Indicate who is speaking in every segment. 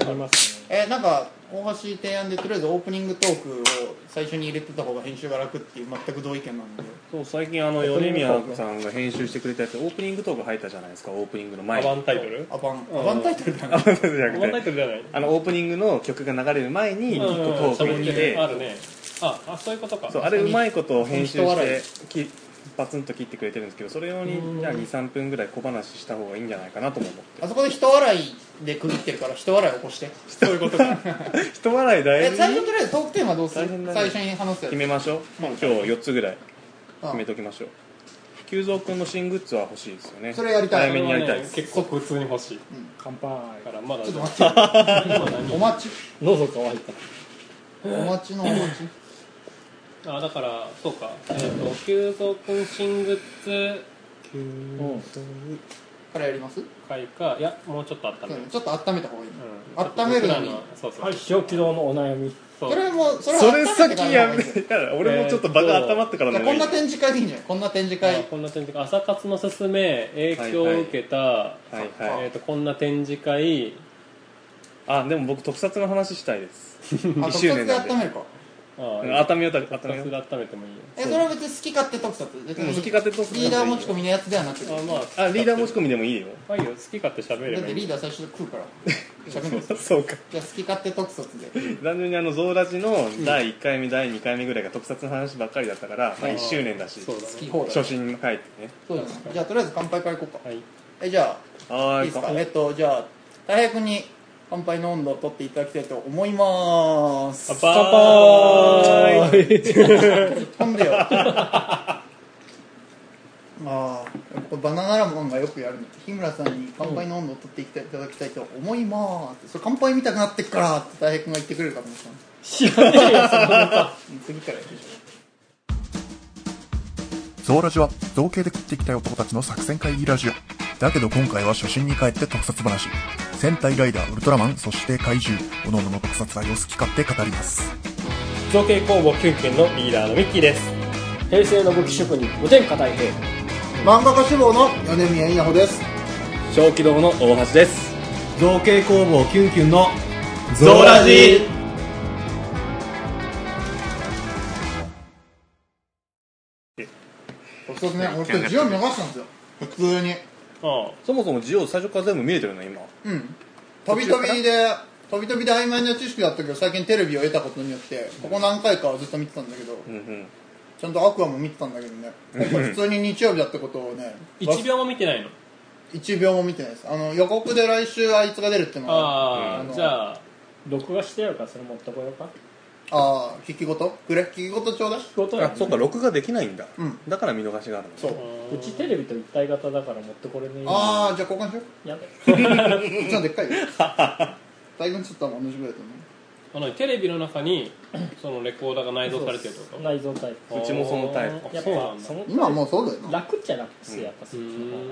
Speaker 1: ありますね
Speaker 2: えなんか大橋提案でとりあえずオープニングトークを最初に入れてた方が編集が楽っていう全く同意見なんで
Speaker 3: そう最近あの
Speaker 1: オープニ
Speaker 3: 米
Speaker 1: ング
Speaker 3: 宮
Speaker 1: トーク
Speaker 3: さんが編集してくれたやつオープニングトーク入ったじゃないですかオープニングの
Speaker 1: ア
Speaker 3: 前に
Speaker 1: バンタイトル
Speaker 2: アバン
Speaker 3: うん
Speaker 2: アバンタイトルだな
Speaker 3: あそうじゃ
Speaker 1: ア
Speaker 3: な
Speaker 1: バンタイ
Speaker 3: くて
Speaker 1: トルじゃない
Speaker 3: あのオープニングの曲が流れる前に一個トークに来て
Speaker 1: あるねああそういうことか
Speaker 3: そうあれうまいこと編集してきバツンと切ってくれてるんですけどそれ用にじゃあ23分ぐらい小話した方がいいんじゃないかなとも思
Speaker 2: あそこで人笑いで区切ってるから人笑い起こしてそういうことか
Speaker 3: って人笑い 大
Speaker 2: え最
Speaker 3: 事
Speaker 2: 初
Speaker 3: に
Speaker 2: とりあえずトークテーマどうする
Speaker 3: 大変だね
Speaker 2: 最初に話すやつ
Speaker 3: 決めましょう今日4つぐらい決め
Speaker 2: あ
Speaker 3: ときましょう久蔵君の新グッズは欲しいですよね
Speaker 2: それやりたい
Speaker 3: 早めにやりたいです
Speaker 1: それはね結構普通に欲しい
Speaker 4: 乾杯
Speaker 1: だからまだ
Speaker 2: ちょっと待って
Speaker 1: 今何
Speaker 2: お待ち
Speaker 4: 喉乾いた
Speaker 2: お待ちのお待ち
Speaker 1: あだからそうかえっ、と急増くん新グッズ
Speaker 2: からやります
Speaker 1: 会かいやもうちょっとあった
Speaker 2: そ
Speaker 1: め
Speaker 2: う
Speaker 1: る
Speaker 2: ねちょっと温めた方がいい、
Speaker 1: うん
Speaker 2: 温めるのに
Speaker 1: 僕らのそうそう、
Speaker 4: はい塩気道のお悩み
Speaker 1: そう
Speaker 2: それもそれは
Speaker 3: それ
Speaker 2: 温めてか
Speaker 3: 先
Speaker 2: らの
Speaker 3: や
Speaker 2: 方が
Speaker 3: め
Speaker 2: いい
Speaker 3: たら俺もちょっと場が温まってから
Speaker 2: じゃあ
Speaker 3: の
Speaker 2: こん
Speaker 3: がい
Speaker 2: な
Speaker 3: い
Speaker 2: 展示会でいいんじゃないこんな展示
Speaker 1: あ
Speaker 2: 会
Speaker 1: こんな展示会朝活の勧め影響を受けた、
Speaker 3: はい
Speaker 2: あ
Speaker 3: はい
Speaker 1: えー、とこんな展示会
Speaker 3: あでも僕特撮の話したいです
Speaker 2: あ特
Speaker 3: 一
Speaker 2: 撮
Speaker 3: 周年
Speaker 2: で
Speaker 3: なんで
Speaker 2: 温めるか
Speaker 1: あ
Speaker 3: うん温めよう
Speaker 1: 特
Speaker 3: 温めよ
Speaker 1: 撮
Speaker 3: う
Speaker 1: で温めてもいいよ
Speaker 2: えそれは別に好き勝手特撮別
Speaker 3: うん
Speaker 2: に
Speaker 3: 好き勝手特撮
Speaker 2: リーダー持ち込みのやつではなくて
Speaker 1: あまあ
Speaker 3: あリーダー持ち込みでもいいよ
Speaker 1: はいよ好き勝手喋れ
Speaker 2: だっ
Speaker 1: ば
Speaker 2: て
Speaker 1: い
Speaker 2: リ
Speaker 1: い
Speaker 2: ーダー最初食うから喋るんですよ
Speaker 3: そうか
Speaker 2: じゃあ好き勝手特撮で
Speaker 3: 単純にあのゾウラジの第1回目第2回目ぐらいが特撮の話ばっかりだったから、まあ、
Speaker 1: うん
Speaker 3: 1周年だし
Speaker 1: そうだね
Speaker 2: 好き放題
Speaker 3: 初心に帰ってね
Speaker 2: そうだねじゃあとりあえず乾杯からいこうか
Speaker 1: はい
Speaker 2: えじゃあ
Speaker 3: はい
Speaker 2: いで
Speaker 3: ー
Speaker 2: すかえっとじゃあ大平君に乾杯の温度を取っていただきたいと思いまーす
Speaker 3: 乾
Speaker 4: 乾
Speaker 3: 杯
Speaker 4: 杯
Speaker 2: 飛んでよ ああやっぱバナナラモンがよくやるの日村さんに乾杯の温度を取っていただきたいと思いまーすそれ乾杯見たくなってっからって大平君が言ってくれるかと思ったの
Speaker 4: 知らねえよそんなの
Speaker 2: 次からやるでしょ
Speaker 5: ゾウラジは造形で食ってきた男たちの作戦会議ラジオだけど今回は初心に帰って特撮話戦隊ライダーウルトラマンそして怪獣各々の特撮愛を好き勝手語ります
Speaker 3: 造形工房キュンキュンのリーダーのミッキーです
Speaker 4: 平成の武器職人お天下太平
Speaker 2: 漫画家志望の米宮稲穂です
Speaker 3: 小気道の大橋です
Speaker 6: 造形工房キュンキュンの
Speaker 3: ゾウラジ
Speaker 2: そうですね俺今日字を逃したんですよ普通に
Speaker 1: あ
Speaker 3: そもそもジオ最初から全部見えてるの今
Speaker 2: うん飛び飛びで飛び飛びで曖昧な知識だったけど最近テレビを得たことによってここ何回かはずっと見てたんだけど
Speaker 3: うんうん
Speaker 2: ちゃんとアクアも見てたんだけどね今回普通に日曜日だってことをね
Speaker 1: 1秒も見てないの
Speaker 2: 1秒も見てないですあの予告で来週あいつが出るっていうのは
Speaker 1: ああ、
Speaker 2: うん
Speaker 1: じゃあ
Speaker 4: 録画してやるからそれ持ってこようか
Speaker 2: ああ聞き事くれ聞き事ちょうだい
Speaker 4: 聞くことや
Speaker 3: あそうか録画できないんだ、
Speaker 2: うん
Speaker 3: だから見逃しがあるの
Speaker 2: そう
Speaker 4: うちテレビと一体型だから持ってこれねえ
Speaker 2: ああじゃあ交換しよう
Speaker 4: やだ
Speaker 2: こっちのでっかい よ大群ちょっと同じぐらいだと思う
Speaker 1: あのテレビの中にそのレコーダーが内蔵されてるってこと
Speaker 4: 内臓タイ
Speaker 1: あー
Speaker 3: うちもそのタイ
Speaker 4: プ
Speaker 1: あ
Speaker 4: やっ
Speaker 1: そうな
Speaker 4: ぱ
Speaker 1: んだ
Speaker 4: その
Speaker 2: 今はもうそうだよな
Speaker 4: 楽っちゃ楽っすよやっぱ
Speaker 1: う
Speaker 4: そっちの方
Speaker 1: ー
Speaker 4: が
Speaker 1: ん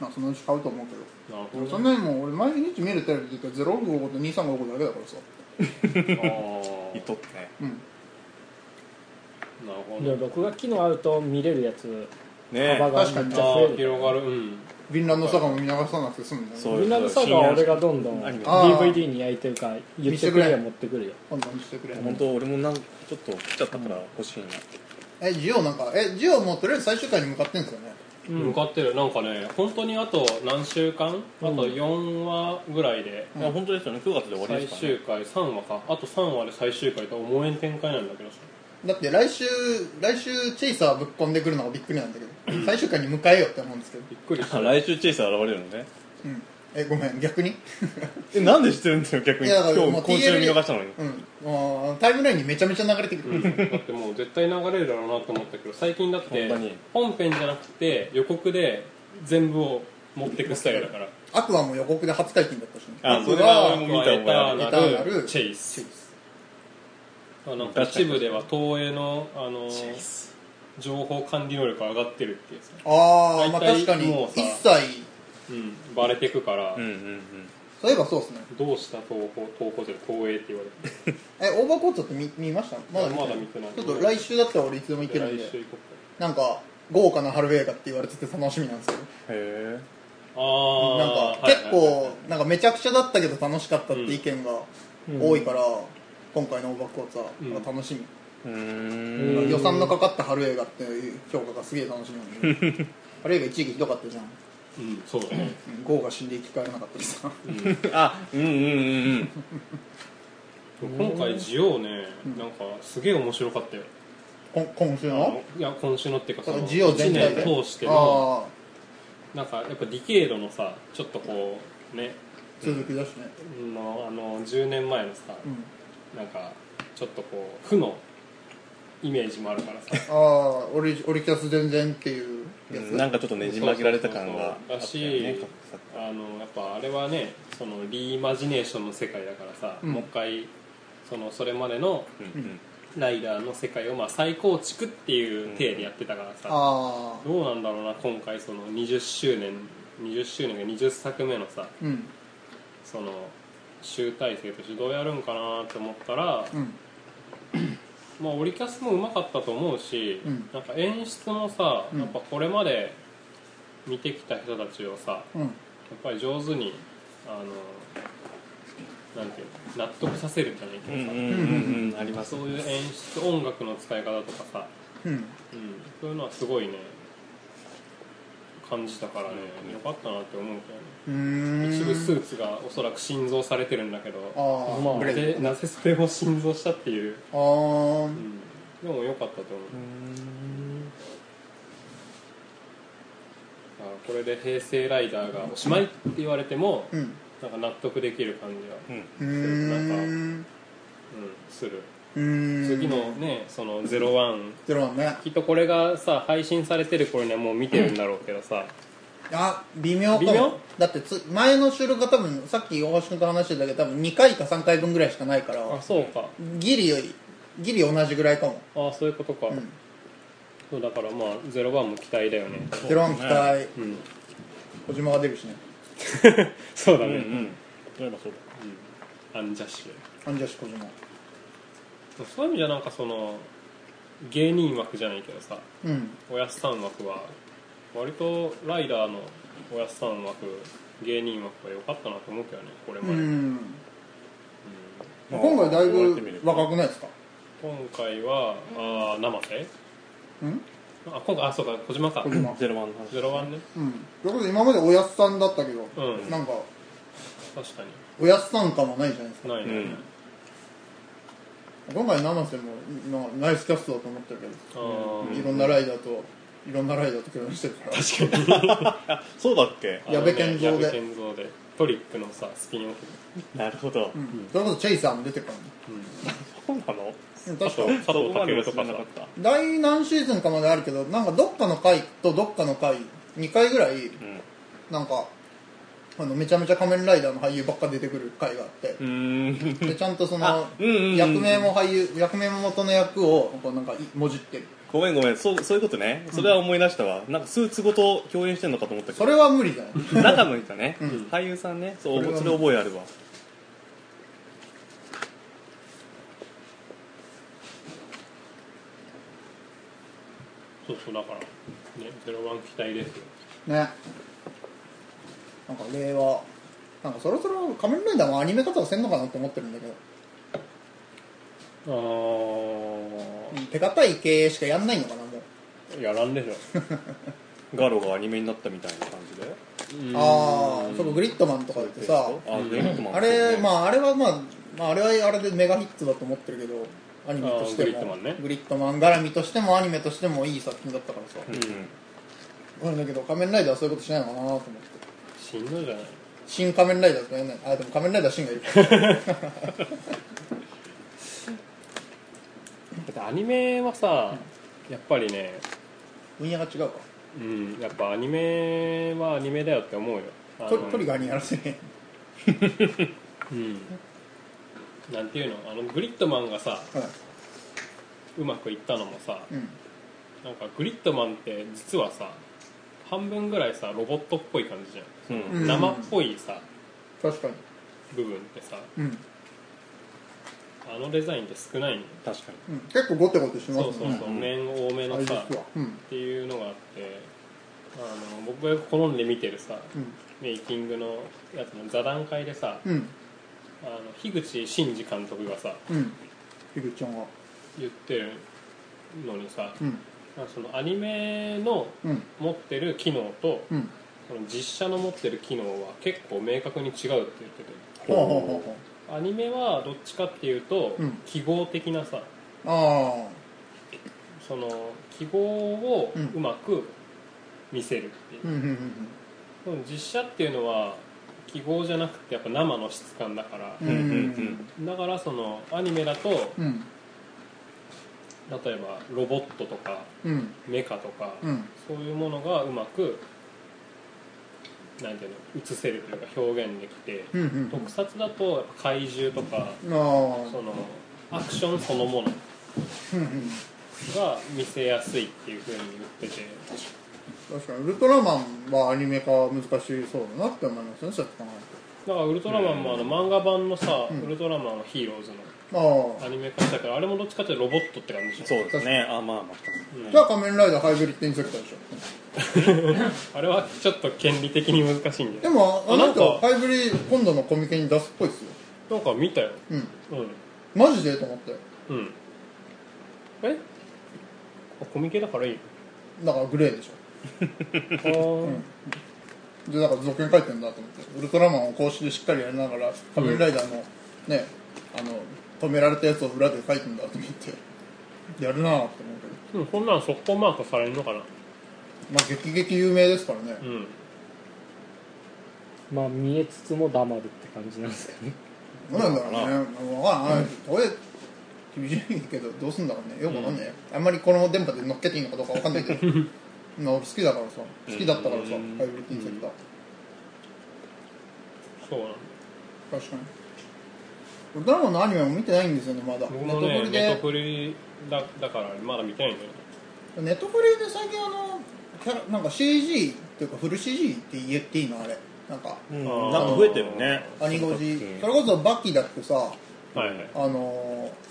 Speaker 2: まあそのうち買うと思うけど
Speaker 1: なるほ
Speaker 2: そ
Speaker 1: ど
Speaker 2: んなにもう俺毎日見るテレビって言ったら0655と2355だけだからさ
Speaker 1: あ
Speaker 3: いとってね
Speaker 2: うん
Speaker 1: ーなるほ
Speaker 4: で
Speaker 1: ど
Speaker 4: も録画機能あると見れるやつ
Speaker 3: ね
Speaker 4: 幅がめっちゃ
Speaker 1: あ
Speaker 4: 増
Speaker 1: あ
Speaker 4: える
Speaker 1: 広がるうん
Speaker 2: ヴィンランドサガも見流さなくて済むんだよ
Speaker 3: そう
Speaker 4: みんなのさが俺がどんどん
Speaker 3: アニメ
Speaker 4: DVD に焼いてるから言ってくれよ
Speaker 2: 見
Speaker 4: 持ってくるよ
Speaker 2: 今度見せてくれ
Speaker 3: 本当俺もなんかちょっと来ちゃったから欲しいな、
Speaker 2: えジオなんかえジオもうとりあえず最終回に向かってんすよね
Speaker 1: 向かってるなんかね本当にあと何週間あと4話ぐらいで
Speaker 3: いや本当ですよね9月で終わりで
Speaker 1: 最
Speaker 3: すから、ね
Speaker 1: 終、回3話かあと3話で最終回とは思えん展開なんだけどさ
Speaker 2: だって来週来週チェイサーぶっ込んでくるのがびっくりなんだけど最終回に迎えようって思うんですけど
Speaker 1: びっくり した
Speaker 3: あ来週チェイス現れるのね
Speaker 2: うんえごめん逆に
Speaker 3: えなんで知ってるんですよ逆
Speaker 2: い
Speaker 3: に
Speaker 2: や
Speaker 3: 今
Speaker 2: だからもう
Speaker 3: 日今週
Speaker 2: TL
Speaker 3: 見逃したのに
Speaker 2: うんもうタイムラインにめちゃめちゃ流れてくる、
Speaker 1: だってもう絶対流れるだろうなと思ったけど最近だって
Speaker 3: ほんまに
Speaker 1: 本編じゃなくて予告で全部を持ってくスタイルだから
Speaker 2: アクアも予告で初解禁だったし、ね、
Speaker 3: あ
Speaker 2: ア
Speaker 3: それ
Speaker 2: ク
Speaker 3: は
Speaker 2: ア
Speaker 3: 見た覚えある
Speaker 1: エタ
Speaker 2: エター
Speaker 1: ー
Speaker 2: ナ
Speaker 1: ナ
Speaker 2: ル
Speaker 1: ルチェイスあなんか一部では東映のあの情報管理能力上がってるってやつ、
Speaker 2: あーまあ
Speaker 1: 大
Speaker 2: 確
Speaker 1: 体
Speaker 2: かに
Speaker 1: もうさ
Speaker 2: 一切
Speaker 1: うん、バレてくから、
Speaker 3: うんうんうん
Speaker 2: そういえばそうですね
Speaker 1: どうした東宝東宝じゃない東映って言われて
Speaker 2: えオーバーコートって見見ましたまだ見てな
Speaker 1: ま
Speaker 2: い
Speaker 1: だ見てない
Speaker 2: ちょっと来週だったら俺いつでも行けるん
Speaker 1: 来
Speaker 2: で
Speaker 1: 週行こ
Speaker 2: なんか豪華な春映画って言われてて楽しみなんですけど
Speaker 3: へえ
Speaker 1: う
Speaker 2: なん
Speaker 1: あ
Speaker 2: か
Speaker 1: あ
Speaker 2: 結構なんかめちゃくちゃだったけど楽しかったって意見が多いから、今回のオーバーコーツは
Speaker 1: うん
Speaker 2: なんか楽しみ、
Speaker 3: う
Speaker 4: うん
Speaker 3: ん
Speaker 2: 予算のかかった春映画っていう評価がすげえ楽しみなんで春映画一時期ひどかったじゃん
Speaker 1: うんそうだね
Speaker 2: うんゴーが死んで生き返らなかったりさ
Speaker 3: あうんうんうんうん
Speaker 1: 今回ジオねなんかすげえ面白かったよ
Speaker 2: こん今週の
Speaker 1: いや今週のっていうかそ
Speaker 2: そ
Speaker 1: の
Speaker 2: のジオ全体で
Speaker 1: 一年通しての
Speaker 2: ああ
Speaker 1: なんかやっぱディケードのさちょっとこうね
Speaker 2: 続きだしね、
Speaker 1: のあの10年前のさ
Speaker 2: うん、
Speaker 1: なんかちょっとこう負のイメージもあるからさ
Speaker 2: ああオリオリキャス全然っていうやつ、
Speaker 3: うんなんかちょっとねじ曲げられた感があ
Speaker 1: そうそうそうそうだ
Speaker 3: ったよね
Speaker 1: しあのやっぱあれはねそのリイマジネーションの世界だからさ、
Speaker 2: うん
Speaker 1: もう一回そのそれまでの
Speaker 3: うんうん
Speaker 1: ライダーの世界をまあ再構築っていう体でやってたからさ、
Speaker 2: ああ
Speaker 1: どうなんだろうな今回その20周年20周年が20作目のさ
Speaker 2: うん
Speaker 1: その集大成としてどうやるんかなって思ったら、
Speaker 2: うん
Speaker 1: まあ、オリキャスもうまかったと思うし、
Speaker 2: うん
Speaker 1: なんか演出もさ、
Speaker 2: うん
Speaker 1: やっぱこれまで見てきた人たちをさ、
Speaker 2: うん
Speaker 1: やっぱり上手にあのなんていうの納得させるんじゃないけ
Speaker 3: うん
Speaker 1: ど
Speaker 3: うん
Speaker 1: さ、
Speaker 3: うんうんあります
Speaker 1: そういう演出音楽の使い方とかさ、
Speaker 2: うん
Speaker 1: うん、そういうのはすごいね感じたからねよかったなって思うけ
Speaker 2: う
Speaker 1: どね一部ス
Speaker 2: ーん
Speaker 1: ーツがおそらく心臓されてるんだけど
Speaker 2: ああ、
Speaker 4: まあ
Speaker 1: なぜなぜそれを心臓したっていう、
Speaker 2: あー
Speaker 1: うん、でもよかったと思う、だからこれで平成ライダーがおしまいって言われても
Speaker 2: うん
Speaker 1: なんか納得できる感じは、
Speaker 3: うん
Speaker 2: うーん
Speaker 1: うん、する
Speaker 2: うーん
Speaker 1: 次のねそのゼロワン
Speaker 2: ゼロワンね
Speaker 1: きっとこれがさ配信されてる頃にはもう見てるんだろうけどさ
Speaker 2: あ微妙か
Speaker 1: 微
Speaker 2: も
Speaker 1: 妙
Speaker 2: だってつ前の収録が多分さっき大橋君と話してたけど多分2回か3回分ぐらいしかないから
Speaker 1: あそうか
Speaker 2: ギリよりギリ同じぐらいかも、
Speaker 1: あそういうことか、
Speaker 2: うん、
Speaker 1: そうだからまあゼロワンも期待だよね
Speaker 2: ゼロワン期待
Speaker 1: うん
Speaker 2: 小島が出るしね
Speaker 1: そうだ
Speaker 3: うんう
Speaker 1: ね
Speaker 3: んそうだそうだ
Speaker 1: アンジャッシュ
Speaker 2: アンジャッシュ小島
Speaker 1: そういう意味じゃなんかその芸人枠じゃないけどさ
Speaker 2: うん
Speaker 1: おやすさん枠は割とライダーのおやすさん枠芸人枠は良かったなと思うけどねこれま
Speaker 2: う
Speaker 1: で、
Speaker 2: ん
Speaker 3: まあ
Speaker 2: 今回だい
Speaker 3: こうやってみる
Speaker 2: ぶ
Speaker 3: と
Speaker 2: 若くないですか
Speaker 1: 今回はあー生瀬
Speaker 2: うん
Speaker 1: あ今回あそうか小島か
Speaker 2: 小島
Speaker 3: ゼロワンの話
Speaker 1: ゼロワンね
Speaker 2: うんということで今までおやっさんだったけど、
Speaker 1: うん
Speaker 2: なんか
Speaker 1: 確か
Speaker 2: おやっさん感はないじゃないですか
Speaker 1: にないね、
Speaker 3: うん
Speaker 2: 今回生瀬も、まあ、ナイスキャストだと思ってるけど
Speaker 1: あー
Speaker 2: いろんなライダーといろんなライダーと共演してるから
Speaker 1: 確かに
Speaker 3: そうだっけ
Speaker 2: 矢部健三で
Speaker 1: 矢部健三でトリックのさスピンオフ
Speaker 3: なるほど
Speaker 2: うんそれこそチェイサーも出てるからね
Speaker 3: そうなの
Speaker 2: うん確か
Speaker 1: 佐藤健と
Speaker 3: そこま
Speaker 1: か
Speaker 3: で
Speaker 1: さ
Speaker 3: は知らなかっ
Speaker 2: 第何シーズンかまであるけどなんかどっかの回とどっかの回2回ぐらい
Speaker 3: たうん
Speaker 2: なんかあのめちゃめちゃ仮面ライダーの俳優ばっか出てくる回があって
Speaker 3: う、ーん
Speaker 2: でちゃんとその
Speaker 3: あうんうんうん
Speaker 2: 役名も俳優役名も元の役をこうなんかいもじってる
Speaker 3: ごめんごめんそうそういうことねそれは思い出したわなんかスーツごと共演してんのかと思ったけ
Speaker 2: そ
Speaker 3: ど
Speaker 2: れは無理だよ
Speaker 3: 中の人ね
Speaker 2: うん
Speaker 3: 俳優さんねそう
Speaker 2: それは
Speaker 3: それ覚えあるわ
Speaker 1: そうそうだからねゼロワン期待ですよ
Speaker 2: ねなんか令和なんかそろそろ仮面ライダーもアニメ化とかせんのかなと思ってるんだけど
Speaker 1: ああ
Speaker 2: 手堅い経営しかやんないのかなもう
Speaker 1: やらんでしょ
Speaker 3: ガロがアニメになったみたいな感じで
Speaker 2: ああそこグリッドマンとかだってさ
Speaker 3: あデイトマン
Speaker 2: あれまああれはまあまああれはあれでメガヒットだと思ってるけどアニメとしても
Speaker 1: あーグリッドマンね
Speaker 2: グリッドマン絡みとしてもアニメとしてもいい作品だったからさ、
Speaker 3: う
Speaker 2: うん、だけど仮面ライダーはそういうことしないのかなと思って
Speaker 1: しんどいじゃない
Speaker 2: 新仮面ライダーとかやんないあでも仮面ライダーシンがい るから
Speaker 1: だってアニメはさやっぱりね
Speaker 2: 分野が違うか
Speaker 1: うんやっぱアニメはアニメだよって思うよあの
Speaker 2: トトリガーにやらせね
Speaker 1: うんなんていうのあのグリッドマンがさ
Speaker 2: はい、
Speaker 1: うまくいったのもさ
Speaker 2: うん、
Speaker 1: なんかグリッドマンって実はさ半分ぐらいさロボットっぽい感じじゃん
Speaker 3: ん
Speaker 2: うん
Speaker 1: 生っぽいさ
Speaker 2: 確かに
Speaker 1: 部分ってさ
Speaker 2: うん、
Speaker 1: あのデザインって少ないの
Speaker 3: 確かに
Speaker 2: うん、結構ゴテゴテします
Speaker 1: そ
Speaker 2: も
Speaker 1: うん
Speaker 2: ね
Speaker 1: そうそう面
Speaker 3: うん
Speaker 1: 多め
Speaker 2: あ
Speaker 1: の
Speaker 2: れです
Speaker 1: さ
Speaker 2: わうん
Speaker 1: っていうのがあってあの僕がよく好んで見てるさ
Speaker 2: うん
Speaker 1: メイキングのやつの座談会でさ
Speaker 2: うん
Speaker 1: あの樋口真嗣監督がさ
Speaker 2: うんひぐちゃんは
Speaker 1: 言ってるのにさ
Speaker 2: うん
Speaker 1: まあそのアニメの
Speaker 2: うん
Speaker 1: 持ってる機能と
Speaker 2: うん
Speaker 1: その実写の持ってる機能は結構明確に違うって言ってて
Speaker 2: ほうほうほうほう
Speaker 1: アニメはどっちかっていうと、
Speaker 2: うん
Speaker 1: 記号的なさ
Speaker 2: あ
Speaker 1: その記号を
Speaker 2: うん
Speaker 1: うまく見せるっていう
Speaker 2: あうんうんうん
Speaker 1: でも実写っていうのは記号じゃなくてやっぱ生の質感だから、
Speaker 2: うんうんうん
Speaker 1: だからそのアニメだと
Speaker 2: うん
Speaker 1: 例えばロボットとか
Speaker 2: うん
Speaker 1: メカとか、
Speaker 2: うん
Speaker 1: そういうものがうまくなんていうの映せるというか表現できて、
Speaker 2: うんうん
Speaker 1: 特撮だとやっぱ怪獣とか、
Speaker 2: ああ
Speaker 1: そのアクションそのもの
Speaker 2: うんうん
Speaker 1: が見せやすいっていうふうに言ってて
Speaker 2: 確かにウルトラマンはアニメ化は難しそうだなって思いますねそうやって考
Speaker 1: だからウルトラマンもあの漫画版のさ、
Speaker 2: ん
Speaker 1: ウルトラマンはヒーローズ
Speaker 2: えたらあ
Speaker 1: のア
Speaker 2: あ
Speaker 1: ニメ化したからあれもどっちかっていうとロボットって感じでしょ
Speaker 3: そうですねあまあまあ
Speaker 2: じゃあ仮面ライダーハイブリッドインセクターでしょ
Speaker 1: あれはちょっと権利的に難しいんだ
Speaker 2: で
Speaker 1: よ
Speaker 2: もあ
Speaker 1: あ
Speaker 2: の
Speaker 1: な
Speaker 2: 人
Speaker 1: んか
Speaker 2: ハイブリ今度のコミケに出すっぽいっす
Speaker 1: な
Speaker 2: よ
Speaker 1: んか見たよ
Speaker 2: うん
Speaker 1: うん
Speaker 2: マジでと思って
Speaker 1: うんえあコミケだからいい
Speaker 2: だからグレーでし
Speaker 1: のあ
Speaker 2: ょでだから続編書いてんだと思ってウルトラマンを公式でしっかりやりながら仮面ライダーのねあの止められたやつを裏で書いてんだと思ってやるなぁって思うけど
Speaker 1: ーうんこんなの速攻マークされるのかな
Speaker 2: まあ激激有名ですからね
Speaker 1: うん
Speaker 4: まあ見えつつも黙るって感じなんですかね
Speaker 2: どうなんだろうね分からないどれ厳しいけどどうすんだろうねよく分かんないよあんまりこの電波で乗っけていいのかどうか分かんないけどまあ俺好きだからさ好きだったからさハイブリッドインセクター
Speaker 1: そうなんだ
Speaker 2: 確かに俺ドラゴンのアニメも見てないんですよねまだ
Speaker 1: 僕
Speaker 2: ネッ
Speaker 1: も
Speaker 2: ト
Speaker 1: ね
Speaker 2: フリ
Speaker 1: ネッ
Speaker 2: で
Speaker 1: トフリだだからまだ見てないんだよ
Speaker 2: ネットフリで最近あのキャラなんか CG っていうかフル CG って言えっていいのあれなんか
Speaker 3: うん
Speaker 1: ー
Speaker 3: なんか増えてるね
Speaker 2: アニゴジ
Speaker 3: うん
Speaker 2: それこそバキだってさ
Speaker 1: はいはい
Speaker 2: あのー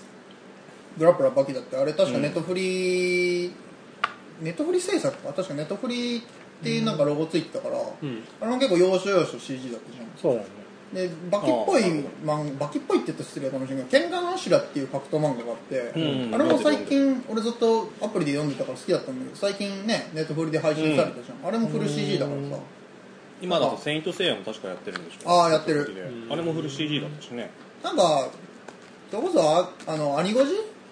Speaker 2: グラップラーバキだってあれ確かネットフリー、ネットフリー制作か確かネットフリーっていうなんかロゴついてたから、
Speaker 1: ん
Speaker 2: あれも結構要所要所 CG だったじゃん
Speaker 4: そうだね
Speaker 2: でバキっぽい
Speaker 3: あーなる
Speaker 2: 漫画バキっぽいって言ったら失礼かもしれないけど「ケンガンアシュラ」っていう格闘漫画があって、
Speaker 3: うん
Speaker 2: あれも最近俺ずっとアプリで読んでたから好きだったんだけど最近ねネットフリで配信されたじゃん、あれもフル CG だからさ
Speaker 3: 今だと「セイント・セイヤ」も確かやってるんでしょ
Speaker 2: ああやってる
Speaker 3: あれもフル CG だったしね
Speaker 2: なんかそれこそああのアニゴジ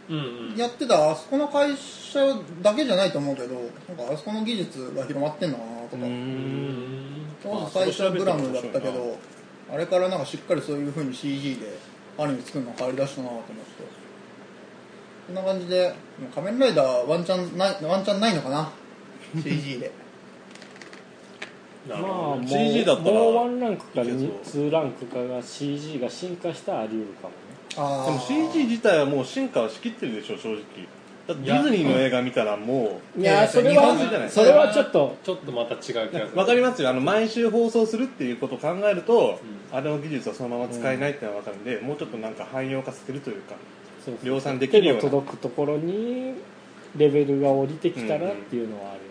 Speaker 1: うんうん
Speaker 2: やってたあそこの会社だけじゃないと思うけどなんかあそこの技術が広まってんのかなとか、
Speaker 1: うん
Speaker 2: それこそ最初はグラムだったけどあれからなんかしっかりそういうふうに CG でアニメ作るの変わりだしたなと思ってこんな感じで「仮面ライダーワンチャンないワンチャンないのかな CG で
Speaker 1: なる
Speaker 4: まあ
Speaker 1: ほ
Speaker 4: も
Speaker 1: ど
Speaker 4: う
Speaker 3: CG だったら
Speaker 4: もうワンランクか
Speaker 3: いいけど
Speaker 4: 2ランクかが CG が進化したらあり得るかもね
Speaker 2: あ
Speaker 3: でも CG 自体はもう進化はしきってるでしょ正直だって
Speaker 1: い
Speaker 3: デ
Speaker 1: や
Speaker 3: ィズニーの映画見たらも
Speaker 4: い
Speaker 2: いやい
Speaker 4: や
Speaker 2: や
Speaker 4: それ
Speaker 2: 日本人
Speaker 3: じゃな
Speaker 4: はいそれはちょっと
Speaker 1: ちょっとまた違う気がする
Speaker 3: うわかりますよあの毎週放送するっていうことを考えると、あれの技術はそのまま使えないってのは分かるんで、もうちょっとなんか汎用化させるというか
Speaker 4: そうそう
Speaker 3: 量産でき
Speaker 4: 手
Speaker 3: るよ
Speaker 4: の
Speaker 3: うな
Speaker 4: 届くところにレベルが降りてきたらっていうのはあるよね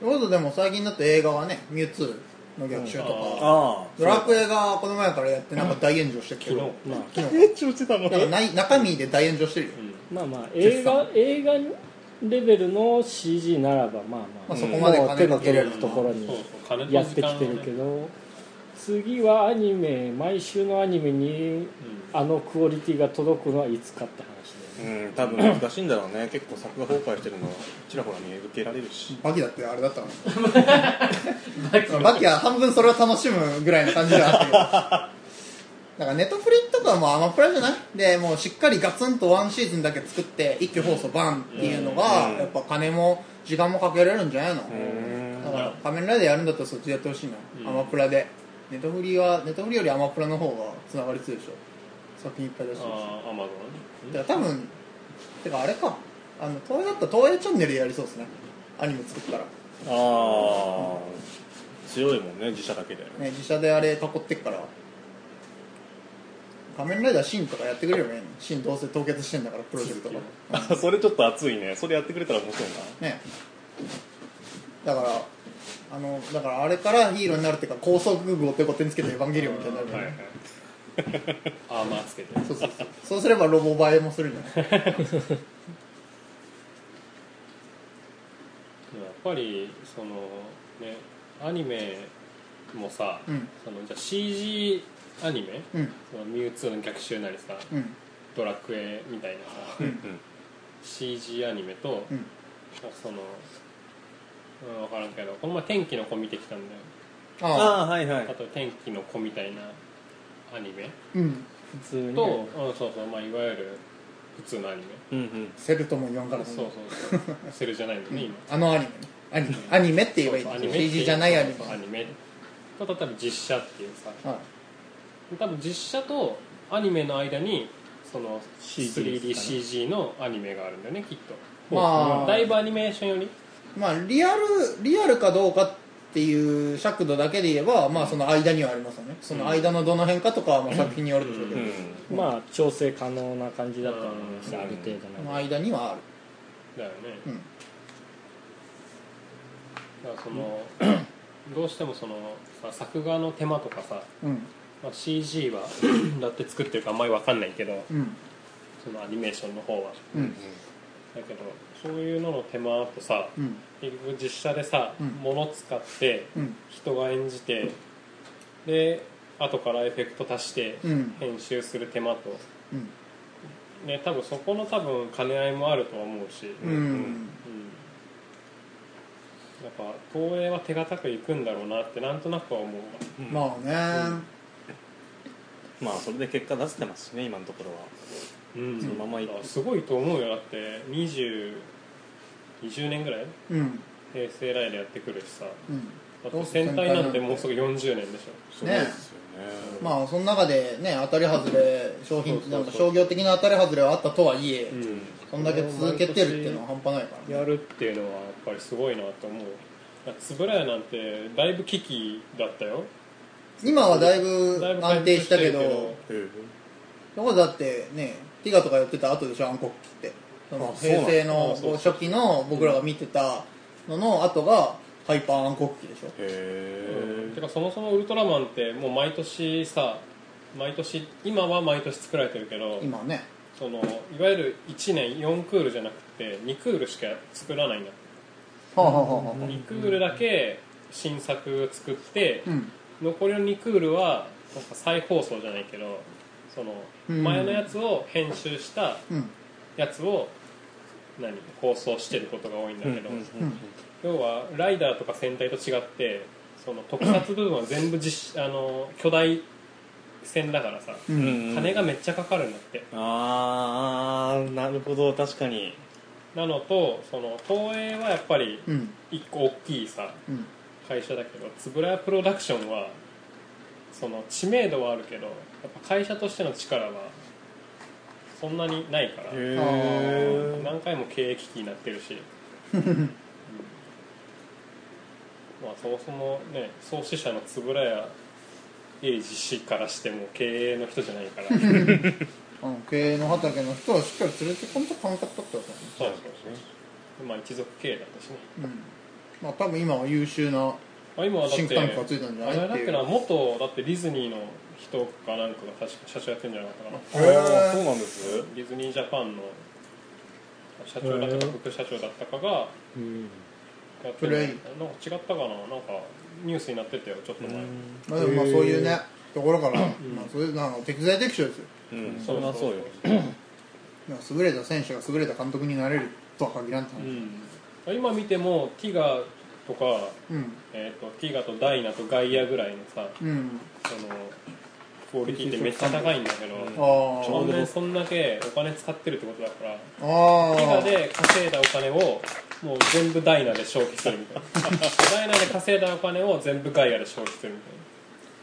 Speaker 2: それこそでも最近だって映画はね「ミュウツー」の逆襲とか、
Speaker 3: あ
Speaker 2: ドラクエがこの前からやってなんか大炎上してきてる、
Speaker 1: うん
Speaker 4: まあ
Speaker 2: 昨日
Speaker 3: えっ ち落ちたの
Speaker 2: なんかない中身で大炎上してるよ、
Speaker 4: まあまあ映画映画レベルの CG ならばま
Speaker 2: ま
Speaker 4: あ
Speaker 2: あ、
Speaker 4: まあ
Speaker 2: そこまで
Speaker 4: もう手
Speaker 2: 金
Speaker 4: の
Speaker 2: かけれる
Speaker 4: 届く
Speaker 2: と
Speaker 4: ところに
Speaker 1: そうそう金と
Speaker 4: やってきて
Speaker 1: 時
Speaker 4: るけ
Speaker 1: 間をね
Speaker 4: ど次はアニメ毎週のアニメにあのクオリティが届くのはいつかって話だよね
Speaker 3: うん多分難しいんだろうね結構作画崩壊してるのはちらほら見受けられるし
Speaker 2: バキだってあれだったの バキは半分それを楽しむぐらいの感じだったけどだからネットフリとかはもうアマプラじゃないでもうしっかりガツンとワンシーズンだけ作って一挙放送バンっていうのが、
Speaker 3: うん
Speaker 2: やっぱ金も時間もかけられるんじゃないの、
Speaker 3: うん
Speaker 2: だから仮面ライダーやるんだったらそっちでやってほしいな、アマプラでネットフリはネットフリよりアマプラの方がつながり強いでしょ作品いっぱい出してるし
Speaker 1: ああアマゾン
Speaker 2: だから多分てかあれかあの東映だったら東映チャンネルでやりそうですねアニメ作ったら
Speaker 3: ああ強いもんね自社だけで
Speaker 2: ね自社であれ囲ってっから仮面ライダーシンとかやってくれればいいのシンどうせ凍結してんだからプロジェクトが
Speaker 3: あそれちょっと熱いねそれやってくれたら面白いな
Speaker 2: ねだからあのだからあれからヒーローになるっていうか高速具をペコペコにつけてエヴァンゲリオンみたいになるよね、
Speaker 3: はい はい
Speaker 1: アーマーつけて
Speaker 2: そうそうそうそうすればロボ映えもするんじゃ ない
Speaker 1: でもやっぱりそのねアニメもさ、
Speaker 2: うん
Speaker 1: そのじゃあ CG アニメ
Speaker 2: うん
Speaker 1: そのミュウツーの逆襲なりさ
Speaker 2: うん
Speaker 1: ドラクエみたいなさ、
Speaker 2: うん
Speaker 1: CG アニメと、
Speaker 2: うん
Speaker 1: その、うん、分からんけどこの前天気の子見てきたんだよ
Speaker 2: ああ
Speaker 3: ああはいは
Speaker 1: あ
Speaker 3: い
Speaker 1: と天気の子みたいなアニメ
Speaker 2: うん
Speaker 4: 普通に
Speaker 1: と、うん、そうそう、まあ、いわゆる普通のアニメ、
Speaker 3: うんうん
Speaker 2: セルとも言わんからね
Speaker 1: そうそうそうセルじゃないんだよね今
Speaker 2: あのアニメねアニメアニメって言えばいい
Speaker 1: そうそうア
Speaker 2: ん
Speaker 1: ニメ
Speaker 2: ですよ CG じゃないアニメ
Speaker 1: アニメと例えば実写っていうさ
Speaker 2: はい
Speaker 1: 多分実写とアニメの間にその
Speaker 3: CG ですか
Speaker 1: 3DCG のアニメがあるんだよねきっと
Speaker 2: まあ
Speaker 1: だいぶアニメーションより
Speaker 2: まあリアルリアルかどうかっていう尺度だけで言えばまあその間にはありますよねその間のどの辺かとかはまあ作品によるでしょうけど、
Speaker 4: まあ調整可能な感じだったと思います
Speaker 1: うん
Speaker 4: ある程度
Speaker 2: そ
Speaker 4: の
Speaker 2: の間にはある
Speaker 1: だよね、
Speaker 2: うん
Speaker 1: だからそ のどうしてもそのさ作画の手間とかさ、
Speaker 2: うん
Speaker 1: まあ、CG はだって作ってるかあんまり分かんないけど
Speaker 2: うん
Speaker 1: そのアニメーションの方は
Speaker 2: うん
Speaker 1: だけどそういうのの手間とさ
Speaker 2: うん
Speaker 1: 結局実写でさ、
Speaker 2: うん
Speaker 1: 物使って
Speaker 2: うん
Speaker 1: 人が演じてで後からエフェクト足して
Speaker 2: うん
Speaker 1: 編集する手間と、
Speaker 2: うん
Speaker 1: ね、多分そこの多分兼ね合いもあるとは思うし、
Speaker 2: うんうん
Speaker 1: うんやっぱ東映は手堅くいくんだろうなってなんとなくは思うわ
Speaker 2: まあね、
Speaker 3: まあそれで結果出せてますしね今のところは
Speaker 1: うん
Speaker 3: そのままいっ
Speaker 1: すごいと思うよだって2020年ぐらい
Speaker 2: うん
Speaker 1: 平成来でやってくるしさ
Speaker 2: うん
Speaker 1: だって戦隊なんてもうすぐ40年でしょ
Speaker 2: ね
Speaker 3: ですよね
Speaker 2: まあその中でね当たり外れ
Speaker 1: そ
Speaker 2: 商
Speaker 1: うそうそう
Speaker 2: 品なんか商業的な当たり外れはあったとはいえ、
Speaker 1: うん
Speaker 2: そんだけ続けてるっていうのは半端ないからね
Speaker 1: やるっていうのはやっぱりすごいなと思うだから円谷なんてだいぶ危機だったよ
Speaker 2: 今はだ
Speaker 1: だい
Speaker 2: いぶ
Speaker 1: ぶ
Speaker 2: 安定したけど
Speaker 1: 回復して
Speaker 2: どこだってねティガとかやってた後でしょ暗黒期ってその
Speaker 3: あそうなん
Speaker 2: 平成
Speaker 3: だ
Speaker 2: の
Speaker 1: あそう
Speaker 2: 初期の僕らが見てたのの後がハイパー暗黒期でしょ
Speaker 3: へ
Speaker 1: てかそもそもウルトラマンってもう毎年さ毎年今は毎年作られてるけど
Speaker 2: 今ね
Speaker 1: そのいわゆる1年4クールじゃなくて2クールしか作らないんだ
Speaker 2: はあはあはあは
Speaker 1: 2クールだけ新作作って
Speaker 2: あうん
Speaker 1: 残りの2クールはなんか再放送じゃないけどその
Speaker 2: うん
Speaker 1: 前のやつを編集した
Speaker 2: うん
Speaker 1: やつを何放送してることが多いんだけど、
Speaker 2: うん
Speaker 1: 要はライダーとか戦隊と違ってその特撮部分は全部実施あの巨大戦だからさ
Speaker 2: うん
Speaker 1: 金がめっちゃかかるんだって、
Speaker 3: あーなるほど確かに
Speaker 1: なのとその東映はやっぱり
Speaker 2: うん
Speaker 1: 一個大きいさ
Speaker 2: うん
Speaker 1: 会社だけど円谷プロダクションはその知名度はあるけどやっぱ会社としての力はそんなにないから
Speaker 2: へ
Speaker 1: 何回も経営危機になってるし、うんまあそもそもね創始者の円谷英二氏からしても経営の人じゃないからそうそう
Speaker 2: あの経営の畑の人はしっかり連れてこんと感覚だったからね
Speaker 1: そうまあ一族経営だったしね、
Speaker 2: うんまあ多分今は優秀な
Speaker 1: まあ、今はだっ
Speaker 2: シ
Speaker 1: て
Speaker 2: ンクタンクがついたんじゃ
Speaker 1: あ
Speaker 2: ない
Speaker 1: れ
Speaker 2: っ
Speaker 1: だ
Speaker 2: て
Speaker 1: っ
Speaker 2: い
Speaker 1: けな
Speaker 2: う
Speaker 1: 元だってディズニーの人かなんかが確か社長やってるんじゃなかったかな
Speaker 3: あ
Speaker 2: へー
Speaker 3: ーそうなんです
Speaker 1: ディズニージャパンの社長だったか副社長だったかが
Speaker 4: うん
Speaker 1: やってるなんか違ったかななんかニュースになってたよちょっと前
Speaker 2: まあでもまあそういうねところから、まあそういうのは適材適所ですよ
Speaker 3: うんそれはそうよ
Speaker 2: まあ優れた選手が優れた監督になれるとは限らんと
Speaker 1: う
Speaker 2: 思う、
Speaker 1: ん今見てもティガとか、
Speaker 2: うん
Speaker 1: えー、とティガとダイナとガイアぐらいのさ
Speaker 2: うん、
Speaker 1: そのクオリティってめっちゃ高いんだけど、
Speaker 2: ああ
Speaker 1: そんなにそんだけお金使ってるってことだから
Speaker 2: あ
Speaker 1: ティガ
Speaker 2: あ
Speaker 1: で稼いだお金をもう全部ダイナで消費するみたい なダイナで稼いだお金を全部ガイアで消費するみたい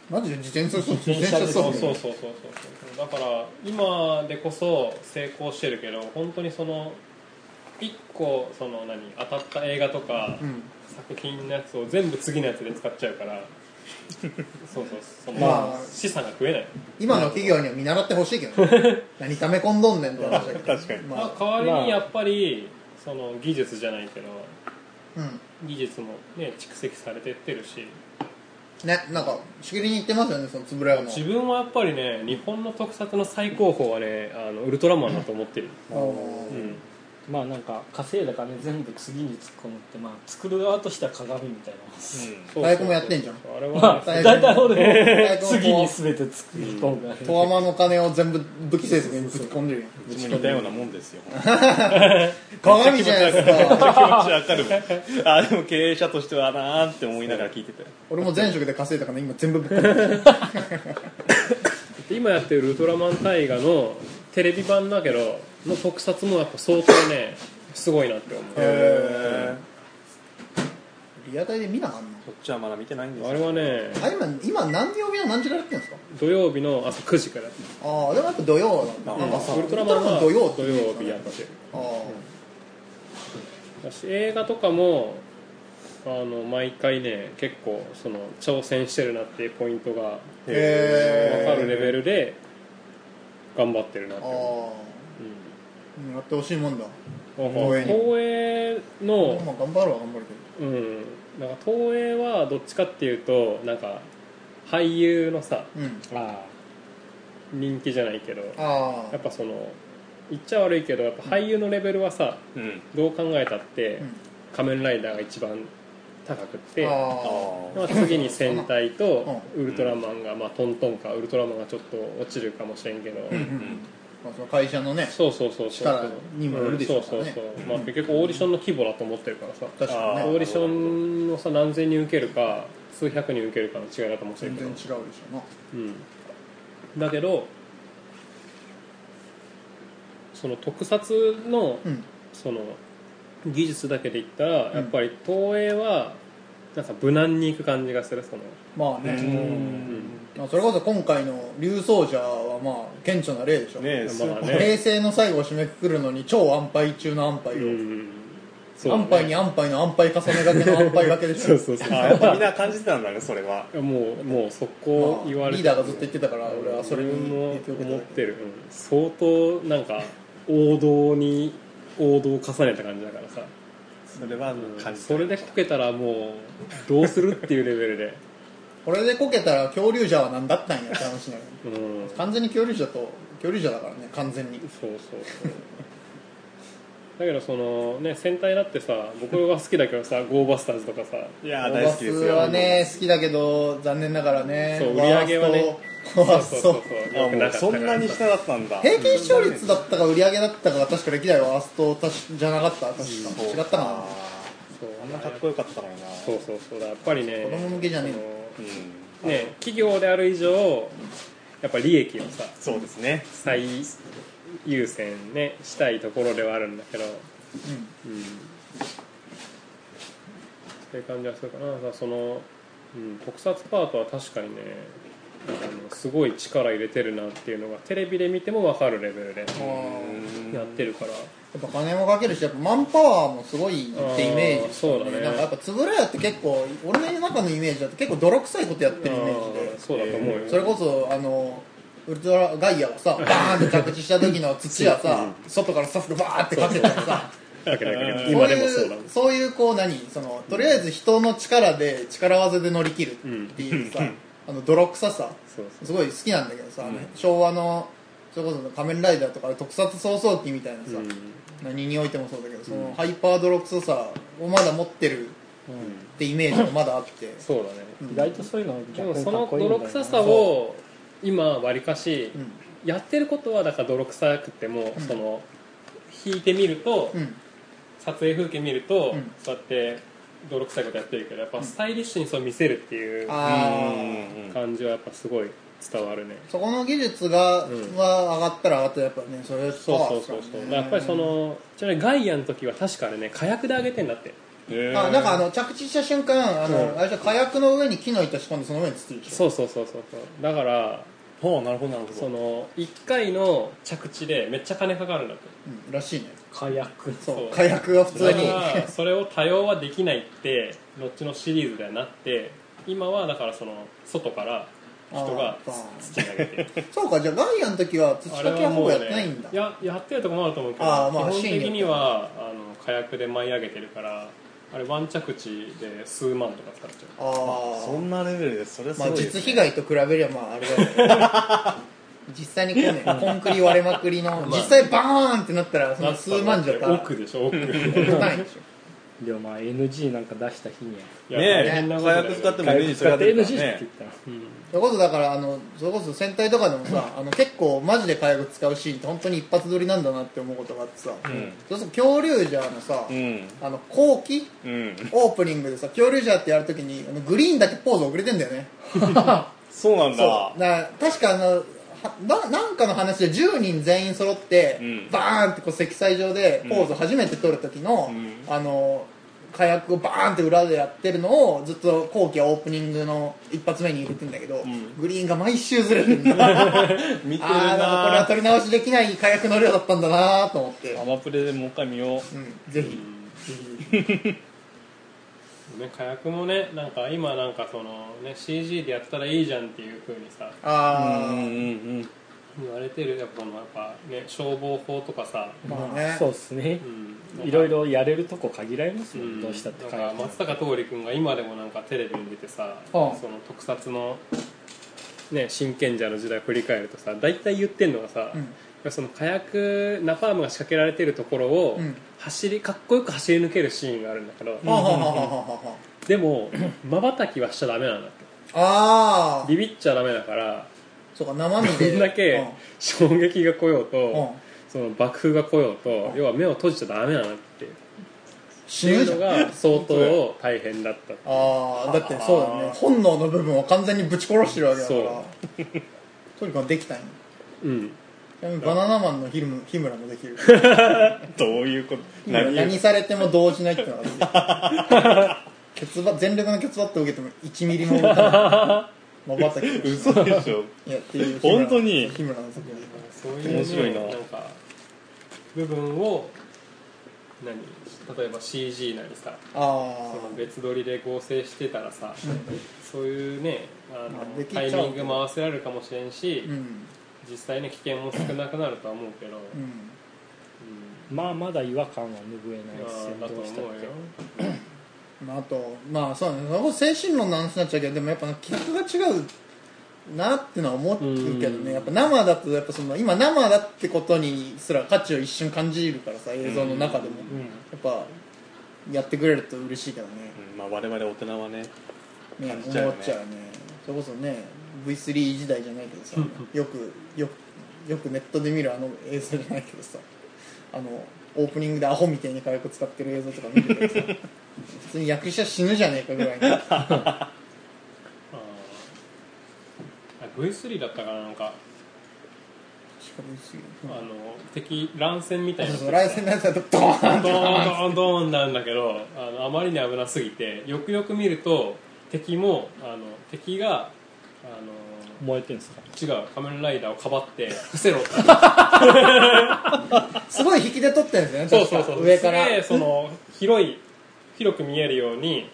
Speaker 1: な
Speaker 2: マジで自転車操自転
Speaker 4: 転車
Speaker 2: 車操
Speaker 4: で
Speaker 1: そう
Speaker 2: 縦
Speaker 1: そうそうそうそうそうだから今でこそ成功してるけど本当にその一個その何当たった映画とか、
Speaker 2: うん
Speaker 1: 作品のやつを全部次のやつで使っちゃうから そうそうその、
Speaker 2: まあ
Speaker 1: 資産が増えない、
Speaker 2: 今の企業には見習ってほしいけどね何溜め込んど んねんって話だけど
Speaker 3: 確かに
Speaker 2: まあ
Speaker 1: 代わり
Speaker 4: まあ
Speaker 1: にやっぱりその技術じゃないけど
Speaker 2: うん
Speaker 1: 技術も、ね、蓄積されてってるし
Speaker 2: ねなんかしきりに言ってますよねその円谷も
Speaker 1: 自分はやっぱりね日本の特撮の最高峰はねあのウルトラマンだと思ってる、う
Speaker 2: おー
Speaker 1: ん、
Speaker 4: まあなんか稼いだ金全部次に突っ込むってまあ作る側としては鏡みたいなもんです
Speaker 1: そうそうそう
Speaker 2: 大工もやってんじゃん
Speaker 1: あれ
Speaker 4: ま
Speaker 1: は
Speaker 4: あ 大体
Speaker 2: 大
Speaker 4: 俺も
Speaker 2: 体
Speaker 4: 次に全て突っ込むから
Speaker 2: トワマの金を全部武器製作にぶち込んで るよ
Speaker 3: うちも似たようなもんですよ
Speaker 2: 鏡じゃないですか
Speaker 3: 気持ちわかる わあでも経営者としてはなーって思いながら聞いてたよ
Speaker 2: 俺も前職で稼いだから今全部ぶっ込んでる
Speaker 1: 今やってるウルトラマン大河のテレビ版だけどの特撮もやっぱ相当ねすごいなって思う
Speaker 2: へーリアタイで見なあかんの
Speaker 3: こっちはまだ見てないんです
Speaker 1: あ
Speaker 3: よ
Speaker 1: れはね
Speaker 2: あ今今何曜日の何時からやってるんですか
Speaker 1: 土曜日の朝9時から
Speaker 2: ああでもやっぱ土曜なんだ
Speaker 3: あ朝
Speaker 1: ウルトラマンは
Speaker 2: 土曜って
Speaker 1: 土
Speaker 2: 言
Speaker 1: 曜
Speaker 2: うん
Speaker 1: 日
Speaker 2: で
Speaker 1: やっ
Speaker 2: す
Speaker 1: てる
Speaker 2: かねあ
Speaker 1: だし映画とかもあの毎回ね結構その挑戦してるなっていうポイントが分
Speaker 2: ーへー
Speaker 1: かるレベルで頑張ってるなって
Speaker 2: あ
Speaker 1: 思
Speaker 2: あ
Speaker 1: う、うん
Speaker 2: うんやってほしいもんだ
Speaker 1: なんか
Speaker 2: 東映に
Speaker 1: 東映の
Speaker 2: まあ頑張るは頑張るけど
Speaker 1: うん、なんか東映はどっちかっていうとなんか俳優のさ
Speaker 2: うん
Speaker 4: あ
Speaker 1: 人気じゃないけどや
Speaker 2: ああ
Speaker 1: っぱその言っちゃ悪いけどやっぱ俳優のレベルはさ
Speaker 3: うん
Speaker 1: どう考えたって
Speaker 2: うん
Speaker 1: 「仮面ライダー」が一番高くって、
Speaker 2: あ
Speaker 3: あ
Speaker 2: あ
Speaker 1: まあ、次に戦隊と
Speaker 2: う
Speaker 1: ウルトラマンが、まあ、トントンかウルトラマンがちょっと落ちるかもしれんけど、
Speaker 2: うんうんまあその会社のね
Speaker 1: そうそうそうそう
Speaker 2: 力にもよるでしょうからね
Speaker 1: んそうそうそう、まあ、結局オーディションの規模だと思ってるからさ
Speaker 2: 確か
Speaker 1: オー
Speaker 2: にね
Speaker 1: ディションのさ何千人受けるか数百人受けるかの違いだと思ってる
Speaker 2: 全
Speaker 1: け
Speaker 2: 然
Speaker 1: ど
Speaker 2: 違うでしょうな
Speaker 1: うん、だけどその特撮の
Speaker 2: うん
Speaker 1: その技術だけで言ったら、
Speaker 2: ん
Speaker 1: やっぱり東映はなんか無難にいく感じがするその
Speaker 2: まあね、
Speaker 1: うん
Speaker 2: まあ、それこそ今回の「竜奏者」はまあ顕著な例でしょ、
Speaker 3: ねえスー
Speaker 1: まあ
Speaker 3: パー
Speaker 1: ね、
Speaker 2: 平成の最後を締めくくるのに超安牌中の安牌を、
Speaker 1: うんそうだね
Speaker 2: 安牌に安牌の安牌重ねがけの安牌がけでし ょ
Speaker 1: そうそう
Speaker 3: あやっぱみんな感じてたんだねそれは
Speaker 1: もうもう速
Speaker 2: ま
Speaker 1: 攻
Speaker 2: あ
Speaker 1: 言われ
Speaker 2: リーダーがずっと言ってたから俺はそれに
Speaker 1: 自分も
Speaker 2: 影響を受け
Speaker 1: 思っててる、うん相当なんか王道に王道を重ねた感じだからさ、
Speaker 3: それは感じて
Speaker 1: それでこけたらもうどうするっていうレベルで、
Speaker 2: これでこけたら恐竜者は何だったんやって話になる
Speaker 1: うん、
Speaker 2: 完全に恐竜者と恐竜者だからね完全に
Speaker 1: そうそうそうだけどそのね戦隊だってさ僕は好きだけどさゴーバスターズとかさ
Speaker 3: いやー大好きです
Speaker 2: ロバ
Speaker 3: よ
Speaker 2: スはね好きだけど残念ながらね
Speaker 1: そう売り上げはね
Speaker 2: ワーストワースト
Speaker 1: そう
Speaker 3: あ
Speaker 1: 良くな
Speaker 3: も
Speaker 1: か
Speaker 3: う
Speaker 1: った
Speaker 3: そ
Speaker 1: から
Speaker 3: んなに下だったんだ
Speaker 2: 平均視聴率だったか売り上げだったかが確か歴代ワーストたしじゃなかった確か違ったかな
Speaker 1: そう
Speaker 3: あんなかっこよかったのにな
Speaker 1: そうそうそうだやっぱりね
Speaker 2: 子供向けじゃねえ
Speaker 1: そ
Speaker 2: の
Speaker 1: の
Speaker 3: うん
Speaker 1: ね、企業である以上やっぱ利益をさ
Speaker 3: そうですね
Speaker 1: 最優先ねしたいところではあるんだけど、うんそういう感じはするかなだからその、うん、特撮パートは確かにねあのすごい力入れてるなっていうのがテレビで見ても分かるレベルでやってるから、
Speaker 2: やっぱ金もかけるしやっぱマンパワーもすごいってイメージした
Speaker 1: あーそうだね
Speaker 2: なんかやっぱ円谷って結構俺の中のイメージだと結構泥臭いことやってるイメージ
Speaker 1: あー
Speaker 2: で
Speaker 1: そうだと思うよ、
Speaker 2: それこそあのウルトラガイアをさバーンって着地した時の土やさ外からスタッフがバーってかけたらさ
Speaker 1: だけどだけど
Speaker 2: そう
Speaker 1: 今でもそ
Speaker 2: いう
Speaker 1: だ
Speaker 2: うそういうこう何そのとりあえず人の力で力技で乗り切るっていうさ、 あの泥臭さ
Speaker 1: そうそう
Speaker 2: すごい好きなんだけどさ、昭和のそれこそ「仮面ライダー」とか特撮早々期みたいなさ、
Speaker 1: うん
Speaker 2: 何においてもそうだけどそのハイパー泥臭さをまだ持ってるってイメージもまだあって、
Speaker 1: そうだね、
Speaker 4: あ意外とそういうの
Speaker 1: でも
Speaker 4: 逆に
Speaker 1: そ
Speaker 4: かっ
Speaker 1: の
Speaker 4: こいいんだよ
Speaker 1: 泥
Speaker 4: な
Speaker 1: 臭さを今わりかし
Speaker 2: うん
Speaker 1: やってることはだから泥臭くてもその引いてみると
Speaker 2: うん
Speaker 1: 撮影風景見ると
Speaker 2: うん
Speaker 1: そうやって泥臭いことやってるけどやっぱスタイリッシュにそう見せるっていう
Speaker 2: あー
Speaker 1: 感じはやっぱすごい伝わるね
Speaker 2: そこの技術が、
Speaker 1: うん
Speaker 2: は上がったら上がったらやっぱねそれは
Speaker 1: そうそうそうそうだからやっぱりそのちなみにガイアの時は確かにね火薬で上げてんだって
Speaker 2: あなんかあの着地した瞬間あの、
Speaker 1: うん
Speaker 2: あれじゃ火薬の上に木の板仕込んでその上に筒でしょ
Speaker 1: そうそうそうそうそうだから
Speaker 3: ほうなるほどなるほど
Speaker 1: その1回の着地でめっちゃ金かかるんだって
Speaker 2: うん、らしいね
Speaker 4: 火薬
Speaker 2: そう
Speaker 1: そう
Speaker 2: 火薬が普通
Speaker 1: だ
Speaker 2: に
Speaker 1: からそれを多用はできないって後のシリーズではなって今はだからその外から人が
Speaker 2: あー
Speaker 1: 土に上げて る
Speaker 2: そうかじゃあガイアの時は土
Speaker 1: あ
Speaker 2: か
Speaker 1: れ
Speaker 2: け
Speaker 1: は
Speaker 2: はほ
Speaker 1: もう
Speaker 2: ぼやってない
Speaker 1: ね
Speaker 2: んだ
Speaker 1: いややってるとこもあると思うけど
Speaker 2: あーまあ
Speaker 1: 基本的にはあの火薬で舞い上げてるからあれワン着地で数万とか使っちゃ
Speaker 2: ああ
Speaker 3: そんなレベルでそれはす
Speaker 2: まあ
Speaker 3: ごいです、
Speaker 2: 実
Speaker 3: ね
Speaker 2: 被害と比べればまああれだけど 実際にこうねコンクリ割れまくりの実際バーンってなったらそうの数万じゃったら
Speaker 1: 奥でし ょ奥い
Speaker 2: 持たないでしょ
Speaker 4: でもまあ NG なんか出した日には
Speaker 1: や
Speaker 2: え
Speaker 1: そんな
Speaker 3: ね
Speaker 1: こ
Speaker 3: え
Speaker 1: とない
Speaker 3: 火薬使っても
Speaker 4: 火
Speaker 3: NG
Speaker 4: 薬使
Speaker 3: 使
Speaker 4: っ
Speaker 3: っててる
Speaker 4: NG
Speaker 3: か
Speaker 4: っ
Speaker 3: ら
Speaker 4: て言
Speaker 3: ね
Speaker 4: ったら
Speaker 2: それこそだからあのそれこそ戦隊とかでもさあの結構マジで火薬使うシーンって本当に一発撮りなんだなって思うことがあってさ、そうすると恐竜ジャーのさ、
Speaker 3: うん
Speaker 2: あの後期
Speaker 3: うん
Speaker 2: オープニングでさ恐竜ジャーってやるときにあのグリーンだけポーズ遅れてんだよね
Speaker 3: そうなんだ
Speaker 2: そうだから確かあのはななんかの話で10人全員揃って、
Speaker 3: うん
Speaker 2: バーンってこう積載上でポーズ初めて撮る時の、
Speaker 3: うん
Speaker 2: あの火薬をバーンって裏でやってるのをずっと後期はオープニングの一発目に入れてんだけど、グリーンが毎週ずれてるんだ
Speaker 3: 見てる
Speaker 2: ああなんかこれは
Speaker 3: な
Speaker 2: 撮り直しできない火薬の量だったんだなと思って、
Speaker 3: アマプレでもう一回見よう
Speaker 2: うん、ぜひ
Speaker 1: ね、火薬もねなんか今なんかその、ね、CG でやったらいいじゃんっていう風にさ
Speaker 2: ああ、
Speaker 3: うんうん
Speaker 1: 言われてるやっぱそのやっぱ、ね、消防法とかさ、
Speaker 2: まあ
Speaker 4: まあ
Speaker 2: ね
Speaker 4: そうですね
Speaker 1: うん
Speaker 4: いろいろやれるとこ限られます
Speaker 1: う
Speaker 4: よ
Speaker 1: ん
Speaker 4: どうしたって
Speaker 1: なん
Speaker 4: 感
Speaker 1: か松坂桃李君が今でもなんかテレビに出てさ、
Speaker 2: あ
Speaker 1: その特撮の、ね、真剣者の時代を振り返るとさ大体言ってんのがさ、その火薬ナパームが仕掛けられてるところを
Speaker 2: うん
Speaker 1: 走りかっこよく走り抜けるシーンがあるんだけど、
Speaker 2: はあはあはあはあはあ
Speaker 1: でもまばたきはしちゃダメなんだって
Speaker 2: あー
Speaker 1: ビビっちゃダメだから
Speaker 2: そうか生身
Speaker 1: ど
Speaker 2: で
Speaker 1: んだけ衝撃が来よう
Speaker 2: うんうん
Speaker 1: と、その爆風が来ようと、要は目を閉じちゃダメなんだってって
Speaker 2: 死
Speaker 1: い
Speaker 2: ぬ
Speaker 1: う
Speaker 2: じゃ
Speaker 1: の
Speaker 2: ん
Speaker 1: が相当大変だったって
Speaker 2: ああだってそうだね本能の部分を完全にぶち殺してるわけだから
Speaker 1: そう
Speaker 2: トリコンできたんや
Speaker 1: うん
Speaker 2: ちなみにバナナマンの日村日村もできる
Speaker 3: どういうこと何
Speaker 2: 何
Speaker 3: 言う
Speaker 2: されても動じないってのができる ケツバ全力のケツバットを受けても1ミリも動かないまばたきい
Speaker 3: 嘘で しょ
Speaker 2: やっていう日村
Speaker 3: 本当に
Speaker 2: 日村の作品
Speaker 1: そういう
Speaker 3: 面白いなん
Speaker 1: か部分を何例えば CG なりさ
Speaker 2: あ
Speaker 1: その別撮りで合成してたらさそういうねあの
Speaker 2: あできちゃ
Speaker 1: タ
Speaker 2: う
Speaker 1: イミング回せられるかもしれんし、
Speaker 2: あうん
Speaker 1: 実際の危険も少なくなるとは思うけど、
Speaker 2: う
Speaker 1: うん
Speaker 2: ん
Speaker 4: まあまだ違和感は拭えない
Speaker 1: ま
Speaker 4: ですよ
Speaker 1: あだと
Speaker 4: どう
Speaker 1: 思
Speaker 4: したっ
Speaker 1: うよ
Speaker 2: まあ、あとまあそうだねそこ精神論の話になっちゃうけどでもやっぱ規格が違うなってのは思うけど
Speaker 1: うん
Speaker 2: ねやっぱ生だとやっぱその今生だってことにすら価値を一瞬感じるからさ映像の中でも、
Speaker 3: うん
Speaker 2: やっぱやってくれると嬉しいけどね
Speaker 3: うんまあ我々大人はね
Speaker 2: ね
Speaker 3: 感じちゃう
Speaker 2: 思
Speaker 3: よね
Speaker 2: っちゃうねそれこそね V3 時代じゃないけどさよくよくよくネットで見るあの映像じゃないけどさあのオープニングでアホみたいに火薬使ってる映像とか見る けどさ普通に役者死ぬじゃねえかぐらいの
Speaker 1: あーあ V3 だったからなんか
Speaker 2: 近くにすぎる
Speaker 1: あの敵乱戦みたいな
Speaker 2: そうそうライセンのやつだとドーン
Speaker 1: ドーンドーンドーンなんだけどあのあまりに危なすぎてよくよく見ると敵もあの敵があ
Speaker 4: 燃えてんすか
Speaker 1: の違う仮面ライダーをかばって伏せろって
Speaker 2: すごい引きで撮ってるんですよ
Speaker 1: そ
Speaker 2: ね
Speaker 1: うそう
Speaker 2: 確か
Speaker 1: そう
Speaker 2: 上から
Speaker 1: すげえその広い広く見えるように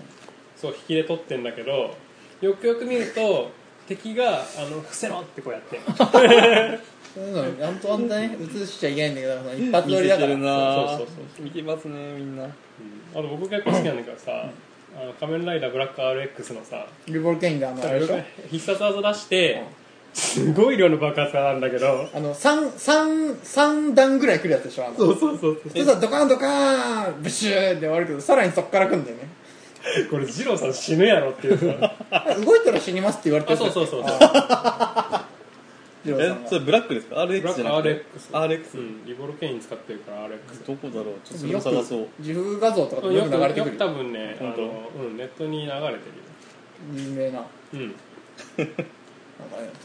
Speaker 1: そう引きで撮ってんだけどよくよく見ると敵があの伏せろってこうやって
Speaker 2: そういうのちゃんとあんたね映しちゃいけないんだけどその一発撮りだから
Speaker 1: なそうそうそう
Speaker 3: 見てますねみんな
Speaker 1: あの僕結構好きなんだけどさあの仮面ライダーブラック RX のさ
Speaker 2: リボルケインがあのあれでしょ
Speaker 1: 必殺技出してすごい量の爆発があるんだけど
Speaker 2: あの三三三段ぐらい来るやつでしょあの
Speaker 1: そうそうそう
Speaker 2: 普通さドカーンドカーンブシューって終わるけどさらにそっから来るんだよね
Speaker 1: これ二郎さん死ぬやろっていうさ
Speaker 2: あ動いたら死にますって言われて
Speaker 1: あ
Speaker 2: る
Speaker 1: そうそうそうそう
Speaker 2: ジロー
Speaker 3: え
Speaker 2: さんが
Speaker 3: それブラックですか
Speaker 1: ブラ
Speaker 3: RX じゃな
Speaker 1: ッ
Speaker 3: く
Speaker 1: ク
Speaker 3: て
Speaker 1: RX う
Speaker 3: RX
Speaker 1: んリボルケイン使ってるから RX
Speaker 3: どこだろうちょっとそれ
Speaker 2: よ
Speaker 3: も
Speaker 2: く
Speaker 3: 探そう
Speaker 2: 自負画像とかでよ
Speaker 1: よ
Speaker 2: く流れ
Speaker 1: く
Speaker 2: て
Speaker 1: よ
Speaker 2: く
Speaker 1: く
Speaker 2: る
Speaker 1: 多分ねあ
Speaker 3: 本当
Speaker 1: の、うん、ネットに流れて
Speaker 2: 有名な
Speaker 1: るよ、
Speaker 2: なんかね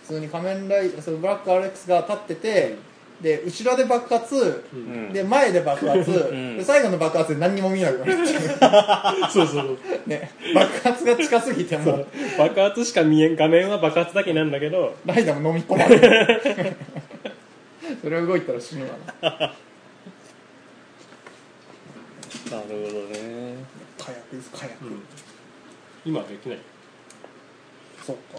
Speaker 2: 普通に仮面ライダーそのブラックアレックスが立っててで後ろで爆発
Speaker 3: うん
Speaker 2: で前で爆発、
Speaker 3: ん
Speaker 2: で最後の爆発で何にも見えなくなるっていう
Speaker 1: うん、そうそう
Speaker 2: ね爆発が近すぎてもう
Speaker 1: 爆発しか見えん画面は爆発だけなんだけど
Speaker 2: ライダーも飲み込まれる それ動いたら死ぬわな
Speaker 3: なるほどね
Speaker 2: 火薬です火薬、
Speaker 1: 今できない、
Speaker 2: そっか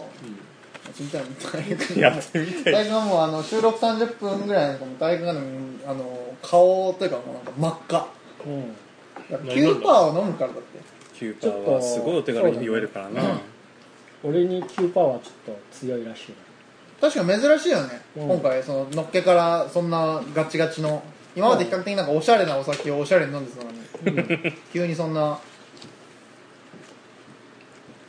Speaker 2: 見たい見たい
Speaker 3: やってみたい
Speaker 2: 大学はもうあの収録30分ぐらいなんかもう大学がねあの顔というかもうなんか真っ赤
Speaker 4: うん
Speaker 2: キューパーを飲むからだって
Speaker 3: キューパーはすごいお手軽に酔えるからな、
Speaker 2: うん
Speaker 4: 俺にキューパーはちょっと強いらしい
Speaker 2: 確かに珍しいよね、
Speaker 4: うん
Speaker 2: 今回そののっけからそんなガチガチの今まで比較的なんかおしゃれなお酒をおしゃれに飲んでたのに、急にそんな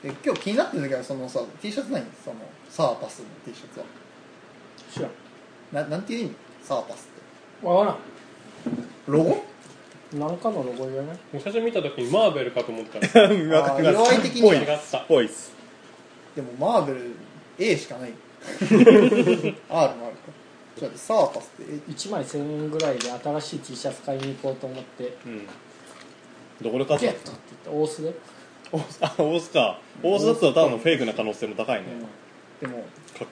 Speaker 2: え今日気になってるんだけどそのさ T シャツ何そのサーパスの T シャツは
Speaker 4: 知らん
Speaker 2: ななんていう意味サーパスって
Speaker 4: わか
Speaker 2: ロゴ
Speaker 4: らん何かのロゴじゃない
Speaker 1: もう最初見た時にマーベルかと思ったら違っ
Speaker 2: あー色合い的に
Speaker 3: ぽい
Speaker 2: は
Speaker 1: た
Speaker 3: ぽいっす
Speaker 2: でもマーベル A しか ない R もあるかちょっと待ってサーパスってえ
Speaker 4: 1枚1000円ぐらいで新しい T シャツ買いに行こうと思って
Speaker 3: うんどこで買っ
Speaker 4: ゲ
Speaker 3: た
Speaker 4: ットって言って大須で、
Speaker 3: のあ大須か大須だとただのフェイクな可能性も高いね
Speaker 2: でも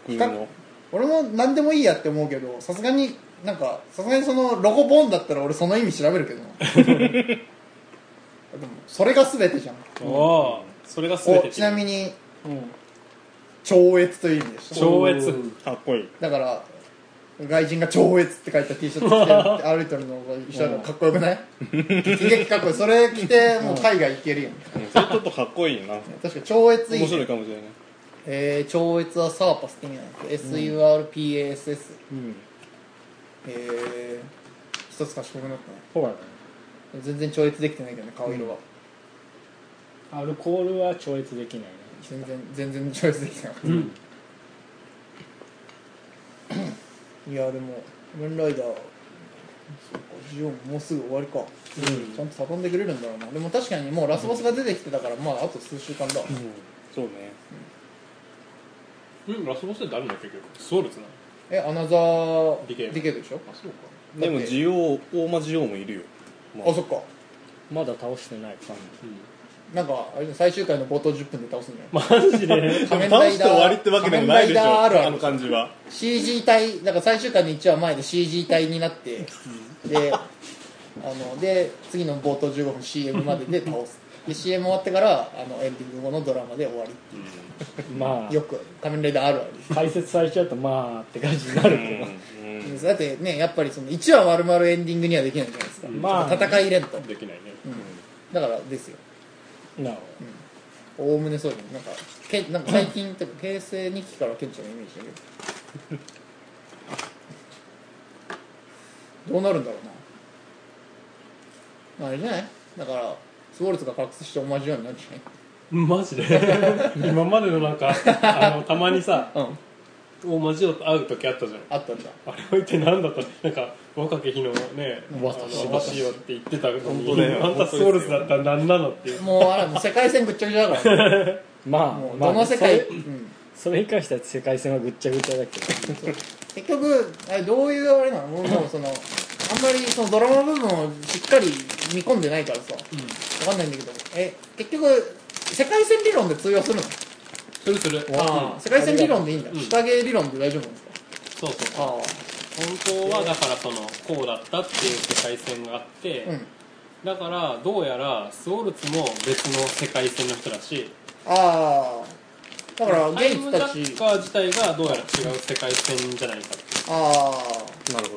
Speaker 3: 架空の
Speaker 2: 俺も何でもいいやって思うけどさすがになんかさすがにそのロゴボンだったら俺その意味調べるけどなでもそれが全てじゃん
Speaker 1: おーそれが全
Speaker 2: お
Speaker 1: て
Speaker 2: ちなみに
Speaker 4: うん、
Speaker 2: 超越という意味でした
Speaker 1: 超越
Speaker 3: かっこいい
Speaker 2: だから外人が超越って書いた T シャツ着て歩いてるのが一緒だからかっこよくないすげえかっこいいそれ着てもう海外行けるよね
Speaker 3: うんそれちょっとかっこいいな
Speaker 2: 確か超越いいね
Speaker 3: 面白いかもしれない
Speaker 2: えー、超越はサーパスって意味なんです SURPASS、
Speaker 3: うん
Speaker 2: えー、一つ賢くなったね
Speaker 4: ほらね
Speaker 2: 全然超越できてないけどね顔色は、
Speaker 4: アルコールは超越できないね
Speaker 2: 全然全然超越できてなかった、いやでも「ムーンライダー」そうかジオンもうすぐ終わりか、ちゃんと畳んでくれるんだろうなでも確かにもうラスボスが出てきてたから、まああと数週間だ、
Speaker 3: そうね
Speaker 1: うんラスボスって誰の結局ソウルズなの
Speaker 2: えアナザー
Speaker 1: ディケイド
Speaker 2: ディケイドでしょ
Speaker 1: あそうか
Speaker 3: でもジオウ大間ジオウもいるよま
Speaker 2: あそっか
Speaker 4: まだ倒してない感
Speaker 2: なんかあれだ最終回の冒頭10分で倒すんじゃない
Speaker 1: マジで
Speaker 2: 仮面
Speaker 3: 倒
Speaker 2: ライ
Speaker 3: して
Speaker 2: ダー
Speaker 3: 終わりってわけでもないでしょ
Speaker 2: 仮面ライダーあるある
Speaker 3: あの感じは
Speaker 2: CG 体だから最終回の1話前で CG 体になってであので次の冒頭15分 CM までで倒すで CM 終わってからあのエンディング後のドラマで終わりってい
Speaker 4: じま
Speaker 2: う
Speaker 4: あ
Speaker 2: よく仮面ライダーあるある
Speaker 4: 解説されちゃうとまあって感じになる
Speaker 3: うん
Speaker 4: け
Speaker 3: うん
Speaker 2: ですだってねやっぱりその1話丸々エンディングにはできないじゃないですか、
Speaker 4: どまあ
Speaker 2: 戦い入れんと、
Speaker 1: できないね
Speaker 2: だからですよ
Speaker 4: なる
Speaker 2: おおむねそうですなんかけなんか最近っていうか平成2期からケンちゃんのイメージだけ どどうなるんだろうなあれじゃないだからスウォルツが覚醒して同じようになるんじ
Speaker 1: マ ジで今までのなんかあのたまにさ
Speaker 2: ゃないうん
Speaker 1: 大間ジオと会う時あったじゃん
Speaker 2: あったんだ
Speaker 1: あれは一体何だったのなんか若き日のね「
Speaker 4: 私
Speaker 1: あの私よ」って言ってたの
Speaker 3: 当
Speaker 1: に
Speaker 3: だよ
Speaker 1: あんたソウルズだったら何なのっていう
Speaker 2: もうあれもう世界線ぐっちゃぐちゃだからね、
Speaker 4: ほど まあ
Speaker 2: もう
Speaker 4: まあ
Speaker 2: どの世界、
Speaker 4: それ
Speaker 2: うん
Speaker 4: それに関しては世界線はぐっちゃぐちゃだけど
Speaker 2: 結局あれどういうあれなの俺もそのあんまりそのドラマの部分をしっかり見込んでないからさ、わかんないんだけどえ結局世界線理論で通用するの
Speaker 1: するする
Speaker 2: ああ世界線理論でいいんだ、
Speaker 1: うん
Speaker 2: 下芸理論で大丈夫なんですか
Speaker 1: そうそう
Speaker 2: ああ
Speaker 1: 本当はだからそのこうだったっていう世界線があって、
Speaker 2: うん
Speaker 1: だからどうやらスウォルツも別の世界線の人だし
Speaker 2: ああだから
Speaker 1: タ
Speaker 2: ゲ
Speaker 1: イ
Speaker 2: イ
Speaker 1: ム
Speaker 2: ツ
Speaker 1: ジャ
Speaker 2: たち
Speaker 1: ッカー自体がどうやら違う世界線じゃないかと、
Speaker 2: あ
Speaker 3: なるほ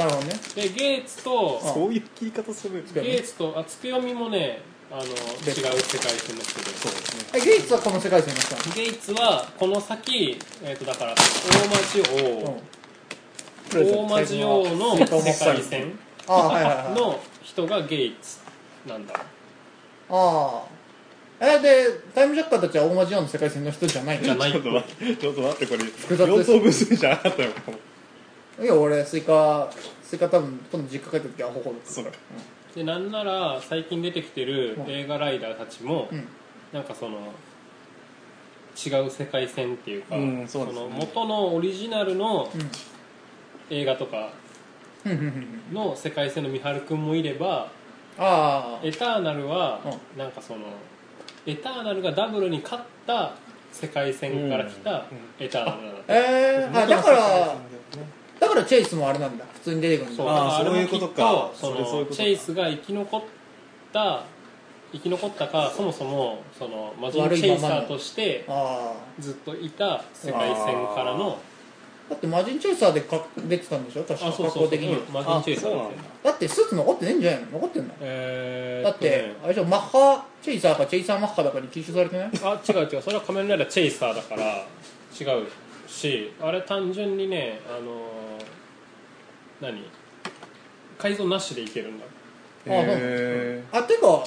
Speaker 1: うん
Speaker 2: あなるほどね
Speaker 1: でゲイツと
Speaker 2: あ
Speaker 3: そういう聞き方する
Speaker 1: ゲイツとあつくよみもねあの違う世界線の人で
Speaker 3: そうですね
Speaker 2: えゲイツはこの世界線の人な
Speaker 1: ゲイツはこの先、えー、とだから大町
Speaker 2: の、う
Speaker 1: 王
Speaker 2: ん、、
Speaker 1: 大町王の世界線
Speaker 2: ああはいはいはいあ
Speaker 1: の人がゲイツなんだ
Speaker 2: あえでタイムジャッカーたちは大間ジオンの世界線の人じゃない
Speaker 1: じゃ
Speaker 2: の
Speaker 1: ない
Speaker 3: ちょっと待ってちょっと待ってこ
Speaker 2: 複
Speaker 3: れ
Speaker 2: 雑で
Speaker 3: 四
Speaker 2: す
Speaker 3: 等分数じゃなかったよ
Speaker 2: いや俺スイカスイカ多分今度実家帰った時はほほ
Speaker 3: それ
Speaker 1: でなんなら最近出てきてる映画ライダーたちも、
Speaker 2: うん
Speaker 1: なんかその違う世界線っていうか、
Speaker 3: うんそうですね
Speaker 1: の元のオリジナルの
Speaker 2: うん
Speaker 1: 映画とか
Speaker 2: ふんふんふんふん
Speaker 1: の世界線の三春くんもいれば
Speaker 2: ああ
Speaker 1: エターナルはなんかそのエターナルがダブルに勝った世界線から来たエターナルなんだって
Speaker 2: えー、あだからだからチェイスもあれなんだ普通に出てくるんだ
Speaker 1: そう
Speaker 3: あー
Speaker 1: だから
Speaker 3: そういうことか
Speaker 1: そ
Speaker 3: それそういう
Speaker 1: の
Speaker 3: こと
Speaker 1: チ
Speaker 3: か
Speaker 1: ェイスが生き残った生き残ったかそもそもその魔人チェイサーとして
Speaker 2: ああ
Speaker 1: ずっといた世界線からの
Speaker 2: だってマジンチェイサーでか出てたんでしょ確か
Speaker 1: あそう
Speaker 2: 格
Speaker 1: そう
Speaker 2: 好的には
Speaker 1: うんマジンチェイサーだって
Speaker 3: あそうなんだ
Speaker 2: だってスーツ残ってねえんじゃないの残ってんの
Speaker 1: えー
Speaker 2: だっ
Speaker 1: とね
Speaker 2: てあれじゃマッハチェイサーかチェイサーマッハだかに吸収されてない
Speaker 1: あ違う違うそれは仮面ライダーチェイサーだから違うしあれ単純にねあのー何改造なしでいけるんだ
Speaker 2: そうなんだあてか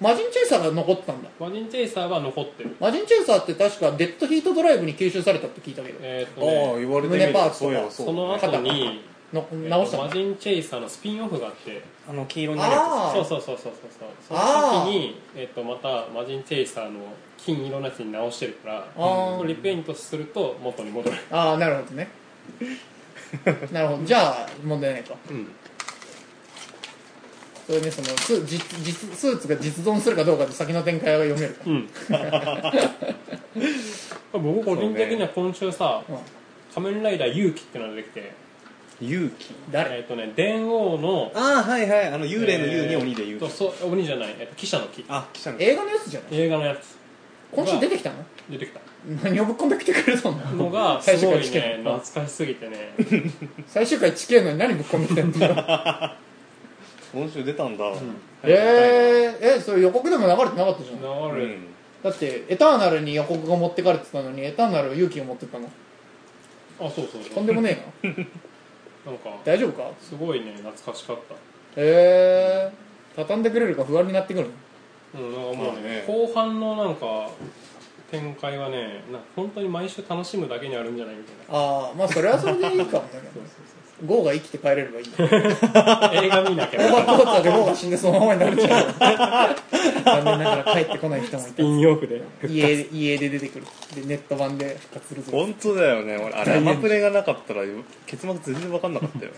Speaker 2: マジンチェイサーが残ってたんだ
Speaker 1: マジンチェイサーは残ってる
Speaker 2: マジンチェイサーって確かデッドヒートドライブに吸収されたって聞いたけど
Speaker 1: えーっ
Speaker 3: あ
Speaker 1: と
Speaker 3: あ
Speaker 1: ね
Speaker 3: 言われてみ
Speaker 2: 胸
Speaker 3: れ
Speaker 2: パー
Speaker 3: ば
Speaker 2: ツとか
Speaker 3: そうやそう
Speaker 1: その後に、
Speaker 2: の
Speaker 1: えーと
Speaker 2: 直した
Speaker 1: マ
Speaker 2: の
Speaker 1: ジンチェイサーのスピンオフがあって
Speaker 3: あの黄色になるや
Speaker 2: あ
Speaker 1: そう
Speaker 2: あ
Speaker 1: そうそうそうそうその
Speaker 2: あー
Speaker 1: 時に、えっとまたマジンチェイサーの金色のやつに直してるから
Speaker 2: あー
Speaker 1: それリペイントすると元に戻る
Speaker 2: ああなるほどね なるほどじゃあ問題ないか
Speaker 1: うん
Speaker 2: それねそのス実実スーツが実存するかどうかで先の展開は読めるか
Speaker 1: うん 僕個人的には今週さ
Speaker 2: うん
Speaker 1: 「仮面ライダー勇気」ってのが出てきて
Speaker 3: つ勇気
Speaker 2: 誰
Speaker 1: えっ、とね電王の
Speaker 3: ああはいはいあの幽霊の幽に鬼で
Speaker 1: え
Speaker 3: 勇
Speaker 1: ーと
Speaker 3: 気
Speaker 1: そう鬼じゃない、えっと記者の木
Speaker 3: あ記者の
Speaker 2: 映画のやつじゃない
Speaker 1: 映画のやつ
Speaker 2: 今週出てきたの
Speaker 1: 出てきた
Speaker 2: 何をぶっ込んできてくれたの
Speaker 1: のがす
Speaker 2: 最終
Speaker 1: ご
Speaker 2: 回
Speaker 1: い
Speaker 2: チケ
Speaker 1: ね
Speaker 2: ッ
Speaker 1: 懐
Speaker 2: ト
Speaker 1: かしすぎてね
Speaker 2: 最終回地形のに何ぶっ込んできて んの
Speaker 3: 今週出たんだ
Speaker 2: えー、えそれ予告でも流れてなかったじゃん
Speaker 1: な
Speaker 3: う
Speaker 1: る、
Speaker 3: ん
Speaker 2: だってエターナルに予告が持ってかれてたのにエターナルは勇気を持ってったの
Speaker 1: あそうそう
Speaker 2: と
Speaker 1: そうん
Speaker 2: でもね え
Speaker 1: な
Speaker 2: な
Speaker 1: んか
Speaker 2: 大丈夫か
Speaker 1: すごいね懐かしかった
Speaker 2: えー、畳んでくれるか不安になってくるの
Speaker 1: うん、なんかもうね
Speaker 3: まあね
Speaker 1: 後半のなんか展開はねなんか本当に毎週楽しむだけにあるんじゃないみたいな
Speaker 2: ああまあそれはそれでいいかもねゴーが生きて帰れればいいオー
Speaker 1: 映画見なきゃ
Speaker 2: バーコーツだけゴーが死んでそのままになるじゃん 残念ながら帰ってこない人もいた
Speaker 1: ピンオフで
Speaker 2: 家家で出てくるでネット版で復活するぞ
Speaker 3: 本当だよね俺あれアマプレがなかったら結末全然分かんなかったよ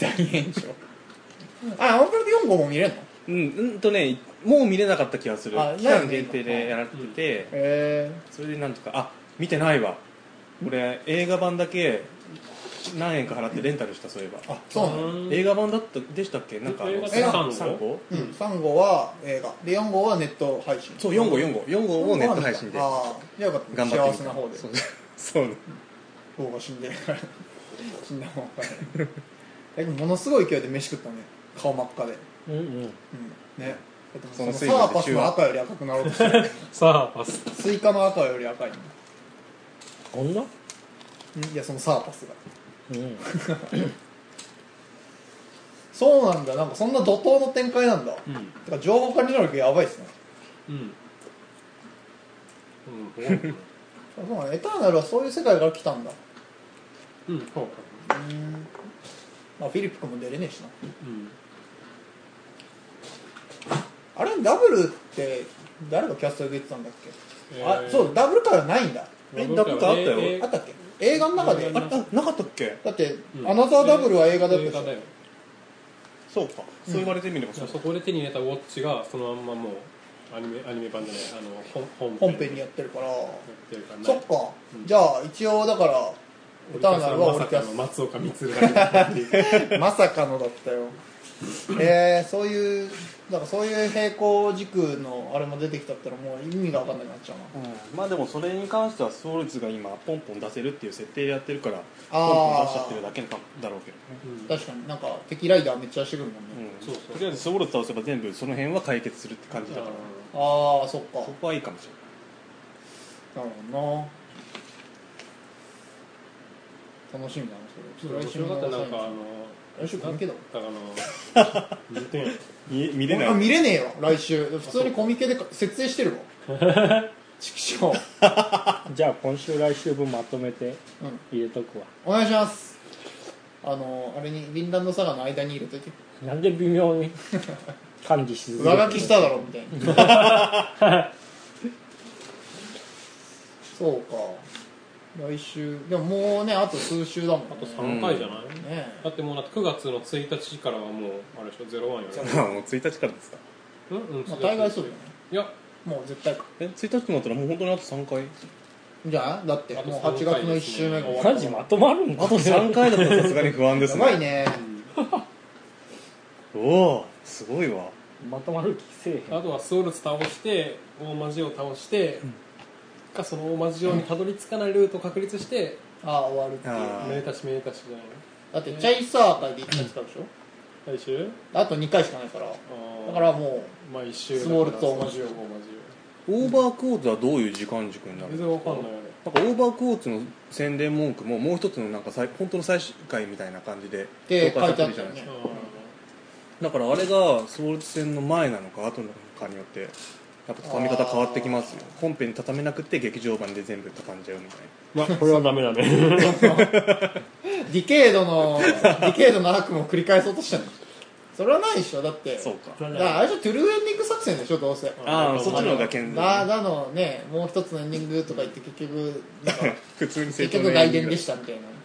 Speaker 2: あアマプラで4号も見れるの
Speaker 3: うんうんとねもう見れなかった気がする
Speaker 2: あ
Speaker 3: 期間限定でやられてて
Speaker 2: え
Speaker 3: それでなんとかあ見てないわ俺映画版だけ何円か払ってレンタルしたそういえば
Speaker 2: ー、そうなの
Speaker 3: 映画版だったでしたっけなんかあの
Speaker 1: 映画
Speaker 2: 版
Speaker 3: 3号
Speaker 2: うん、3号は映画で4号はネット配信
Speaker 3: そう4号4号4号をネット配信で
Speaker 2: ああじゃあよかった
Speaker 3: 頑張って
Speaker 2: 幸せな方で
Speaker 3: そうそう
Speaker 2: ゴーが死んで 死んだもんかねものすごい勢いで飯食ったね顔真っ赤で、
Speaker 4: うんうん
Speaker 2: うん、ねだって
Speaker 3: そ
Speaker 2: もう
Speaker 3: の
Speaker 2: そ
Speaker 3: 水
Speaker 2: のサ
Speaker 3: 分で
Speaker 2: ーパスの赤より赤くなろうとしてる
Speaker 1: さあパス
Speaker 2: スイカの赤より赤いの
Speaker 4: こんな
Speaker 2: うんいやそのサーパスが
Speaker 4: うん
Speaker 2: そうなんだなんかそんな怒涛の展開なんだ、
Speaker 1: うん
Speaker 2: てか情報管理能力やばいっすね
Speaker 1: うんうん
Speaker 2: あそうなんエターナルはそういう世界から来たんだ
Speaker 1: うんそうか
Speaker 2: うんまあフィリップ君も出れねえしな
Speaker 1: うん
Speaker 2: あれダブルって誰がキャストで出てたんだっけ、あそうだダブル回はないんだ
Speaker 3: えダブルカーあったよ
Speaker 1: え
Speaker 2: あったっけ映画の中で、
Speaker 1: うん
Speaker 2: あ
Speaker 3: あれあなかったっけ
Speaker 2: だって、
Speaker 1: うん
Speaker 2: アナザーダブルは映画だった
Speaker 1: 映
Speaker 2: し
Speaker 1: 画だよ
Speaker 3: そうかそう言われてみればそう
Speaker 1: そこで手に入れたウォッチがそのまんまもうアニメアニメ版じゃないあの本本
Speaker 2: 本編に
Speaker 1: や
Speaker 2: や
Speaker 1: っ
Speaker 2: ってるから
Speaker 1: てるからね
Speaker 2: そっか、
Speaker 1: うん
Speaker 2: じゃあ一応だから エターナルは
Speaker 1: ま
Speaker 2: 俺
Speaker 1: さ
Speaker 2: キャ
Speaker 1: か
Speaker 2: ス
Speaker 1: の松岡光だけど
Speaker 2: トまさかのだったよえー、そういうなんかそういう平行軸のあれも出てきたったらもう意味が分かんなくなっちゃうな
Speaker 3: うんまあでもそれに関してはソウルズが今ポンポン出せるっていう設定でやってるから
Speaker 2: あ
Speaker 3: ポ
Speaker 2: ー
Speaker 3: ンポン出しちゃってるだけかだろうけどね
Speaker 1: うん
Speaker 2: 確かになんか敵ライダーめっちゃしてくるもんね、
Speaker 3: うん
Speaker 1: そうそう
Speaker 3: とりあえずソウルズ倒せば全部その辺は解決するって感じだから
Speaker 1: あ
Speaker 2: ああそっか
Speaker 3: そこはいいかもしれない
Speaker 2: なるほどな楽しみだなそ
Speaker 1: ー
Speaker 2: れ
Speaker 1: 面白かったなんかあの
Speaker 2: 来週コミケだ
Speaker 1: だからあの見てん
Speaker 3: 見見れない
Speaker 2: あ見れねえよ来週普通にコミケで設営してるわ 畜生
Speaker 4: じゃあ今週来週分まとめて
Speaker 2: うん
Speaker 4: 入れとくわ
Speaker 2: お願いしますあのあれにヴィンランドサガの間に入れといて
Speaker 4: なんで微妙に管理し続け
Speaker 2: 上
Speaker 4: てる
Speaker 2: 書きしただろみたいな そうか来週でももうねあと数週だもん、ね、
Speaker 1: あと3回じゃない、
Speaker 2: ねえ
Speaker 1: だってもうだって9月の1日からはもうあれでしょゼロワンより
Speaker 3: もう1日からですか
Speaker 1: うんうん
Speaker 2: まあ、大概そうよね
Speaker 1: いや
Speaker 2: もう絶対
Speaker 3: え1日になったらもう本当にあと3回
Speaker 2: じゃあだっても
Speaker 1: あ
Speaker 2: う
Speaker 1: と
Speaker 2: 8月の1週目が終わった
Speaker 4: マジまとまるんだ
Speaker 3: あと3回だったらさすがに不安です
Speaker 2: や
Speaker 3: ね
Speaker 2: ばいね
Speaker 3: おおすごいわ
Speaker 4: まとまる気せえへ
Speaker 1: あとはスウルス倒して大魔ジを倒して、かその大魔ジにたどり着かないルートを確立して
Speaker 2: ああ終わるっていう
Speaker 3: あ
Speaker 1: めでたしめでたしじゃないの
Speaker 2: だってチャイサー会で1回使うでしょ、
Speaker 1: 来週
Speaker 2: あと2回しかないからだ
Speaker 1: だ
Speaker 2: からも
Speaker 1: まあ一週だ
Speaker 2: スモールと同
Speaker 1: 同
Speaker 2: じ
Speaker 1: じ
Speaker 2: よ
Speaker 1: よ
Speaker 3: オーバークォーツはどういう時間軸になる
Speaker 1: 全
Speaker 3: の
Speaker 1: 然わかんないあれ
Speaker 3: なんかオーバークォーツの宣伝文句ももう一つのなんか最本当の最終回みたいな感じで
Speaker 2: で
Speaker 3: 紹介されるじゃないで
Speaker 2: 書いてあったよね
Speaker 3: すか
Speaker 1: あ
Speaker 3: だからあれがスモールズ戦の前なのか後なのかによってやっぱ畳み方変わってきますよ本編に畳めなくて劇場版で全部畳んじゃうみたい
Speaker 1: まあこれはダメだ ね
Speaker 2: うディケードのディケードの悪夢を繰り返そうとしてるそれはないでしょだって
Speaker 3: なそうか
Speaker 2: だからあれじゃトゥルーエンディング作戦でしょどうせ
Speaker 3: ああそっちの方が健全
Speaker 2: だだのねもう一つのエンディングとか言って結局なんか
Speaker 3: 普通に成
Speaker 2: 結
Speaker 3: 長
Speaker 2: 局外伝でしたみたいな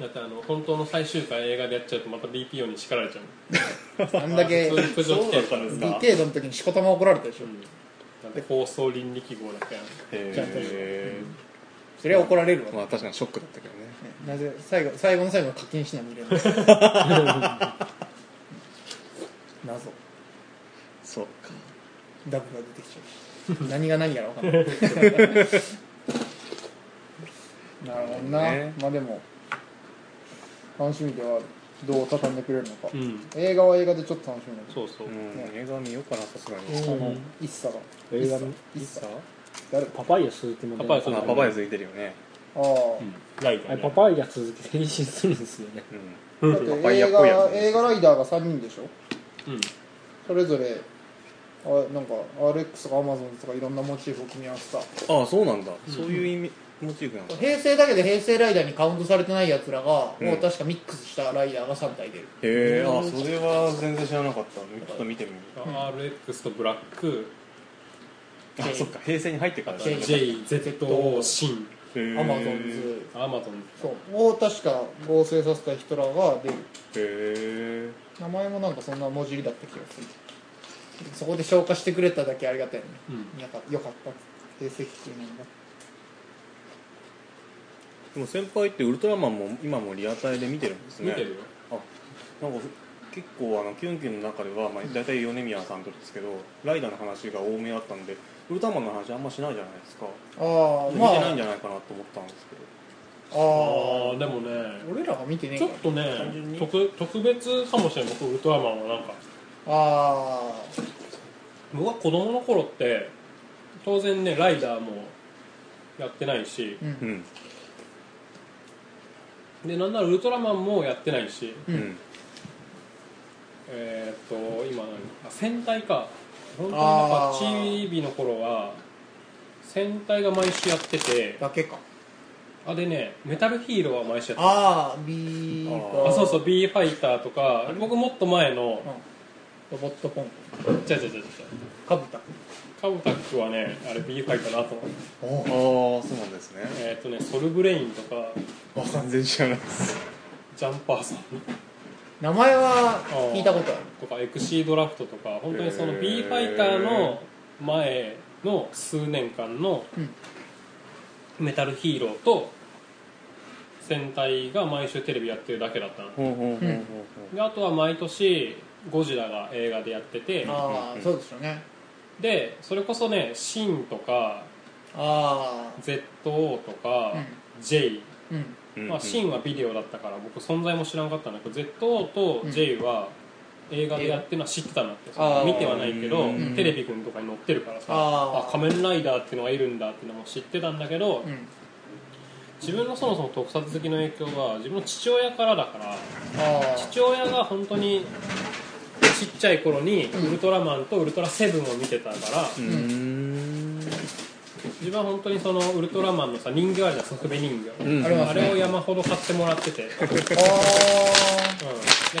Speaker 1: だってあの本当の最終回映画でやっちゃうとまた BPO に叱られちゃう
Speaker 2: あんだけ
Speaker 1: そういう苦情来てるから
Speaker 3: んです
Speaker 2: ディケードの時にしこたま怒られたでしょ、
Speaker 1: なんで放送倫理記号だったやん
Speaker 3: へ
Speaker 2: それは怒られるわ、
Speaker 3: えまあ確かにショックだったけどね
Speaker 2: なぜ最後最後の最後の課金しない見 れるんです謎
Speaker 3: そうか
Speaker 2: ダブが出てきちゃうし何が何やら分 かんないなるほどな、
Speaker 3: ね
Speaker 2: まあでも楽しみではどう畳んでくれるのか、
Speaker 1: うん
Speaker 2: 映画は映画でちょっと楽しみだけど
Speaker 1: そうそううん
Speaker 3: 映画見ようかなさすがに
Speaker 2: あの
Speaker 4: ん
Speaker 2: 一茶が
Speaker 4: 映画の
Speaker 2: 一茶
Speaker 3: さ
Speaker 2: 誰あ
Speaker 4: パパイヤ鈴木も出る
Speaker 1: パパイヤ鈴木
Speaker 3: あパパイヤついてるよね
Speaker 2: あー、
Speaker 1: ライト
Speaker 4: あれパパイヤ鈴木変身するんですよね
Speaker 3: うん
Speaker 2: だって
Speaker 3: パパイヤっ
Speaker 2: 映
Speaker 3: ぽいや
Speaker 2: 画
Speaker 3: つ
Speaker 2: 映画ライダーが3人でしょ
Speaker 1: うん
Speaker 2: それぞれあなんか RX とか Amazon とかいろんなモチーフを組み合わせた
Speaker 3: ああそうなんだそういう意味モチーフなんだへ
Speaker 2: 平成だけで平成ライダーにカウントされてないやつらが、
Speaker 3: うん
Speaker 2: もう確かミックスしたライダーが3体出る
Speaker 3: えあそれは全然知らなかったちょっと見てみる
Speaker 1: RX とブラック
Speaker 3: あそっか平成に入ってからだね
Speaker 1: JZ シン
Speaker 3: へー
Speaker 2: アマゾンズ
Speaker 1: アマゾン
Speaker 2: そうを確か合成させた人らが出る
Speaker 3: へえ
Speaker 2: 名前もなんかそんな文字入りだった気がするそこで消化してくれただけありがたいね、
Speaker 1: う
Speaker 2: なんかよかった平成9年だ
Speaker 3: でも先輩ってウルトラマンも今もリアタイで見てるんですね
Speaker 1: 見てるよ
Speaker 3: あなんか結構あのキュンキュンの中では、まあ、大体米宮さんとですけどライダーの話が多めだったんでウルトラマンの話あんましないじゃないですか
Speaker 2: ああ
Speaker 3: 見
Speaker 2: ま
Speaker 3: てないんじ
Speaker 2: あ
Speaker 3: ゃないかなと思ったんですけど
Speaker 2: あ
Speaker 1: ああでもね
Speaker 2: あ俺らが見てねえ
Speaker 1: ち
Speaker 2: か
Speaker 1: ょっとね特特別かもしれない僕ウルトラマンはなんか
Speaker 2: あ
Speaker 1: 僕は子供の頃って当然ねライダーもやってないし
Speaker 2: あうん
Speaker 3: ん
Speaker 1: でなんならウルトラマンもやってないし
Speaker 2: う
Speaker 3: うんん
Speaker 1: えーっと今何あ戦隊か本当になん
Speaker 2: あ
Speaker 1: か
Speaker 2: ー
Speaker 1: チービの頃は戦隊が毎週やってて
Speaker 2: だけか
Speaker 1: あでねメタルヒーローは毎週やって
Speaker 2: ああ B
Speaker 1: た
Speaker 2: か
Speaker 1: あそうそう B ファイターとか僕もっと前の
Speaker 2: ロボットポン
Speaker 1: 違う違う違う違う
Speaker 2: カブタ
Speaker 1: カブタックはねあれ B ファイターの後の
Speaker 3: ああそうなんですね
Speaker 1: えーっとねソルブレインとか
Speaker 3: あ全然知らないです
Speaker 1: ジャンパーさん
Speaker 2: 名前は聞いたことある
Speaker 1: とかエクシードラフトとか本当にその
Speaker 3: へー
Speaker 1: B ファイターの前の数年間の
Speaker 2: うん
Speaker 1: メタルヒーローと戦隊が毎週テレビやってるだけだったの
Speaker 3: ほうほうほうほう
Speaker 1: であとは毎年ゴジラが映画でやってて
Speaker 2: ああそうですよね
Speaker 1: でそれこそねシンとか
Speaker 2: あ
Speaker 1: ZO とか
Speaker 2: あ
Speaker 1: J
Speaker 2: うんうん
Speaker 3: うん
Speaker 1: まあ、シンはビデオだったから僕存在も知らなかったんだけど ZO と J は映画でやってるのは知ってたなってその
Speaker 2: あー
Speaker 1: 見てはないけど
Speaker 3: うん
Speaker 1: テレビくんとかに載ってるからさ
Speaker 2: あ
Speaker 1: あ
Speaker 2: ー
Speaker 1: 仮面ライダーっていうのがいるんだっていうのも知ってたんだけど
Speaker 2: うん
Speaker 1: 自分のそもそも特撮好きの影響は自分の父親からだから
Speaker 2: あ
Speaker 1: 父親が本当にちっちゃい頃に
Speaker 2: うん
Speaker 1: ウルトラマンとウルトラセブンを見てたから
Speaker 3: うー
Speaker 1: 自分は本当にそのウルトラマンのさ人形あるじゃんソフベ人形
Speaker 3: ん
Speaker 2: あれは
Speaker 1: あれを山ほど買ってもらってて
Speaker 2: あ
Speaker 1: う
Speaker 2: あ
Speaker 1: んで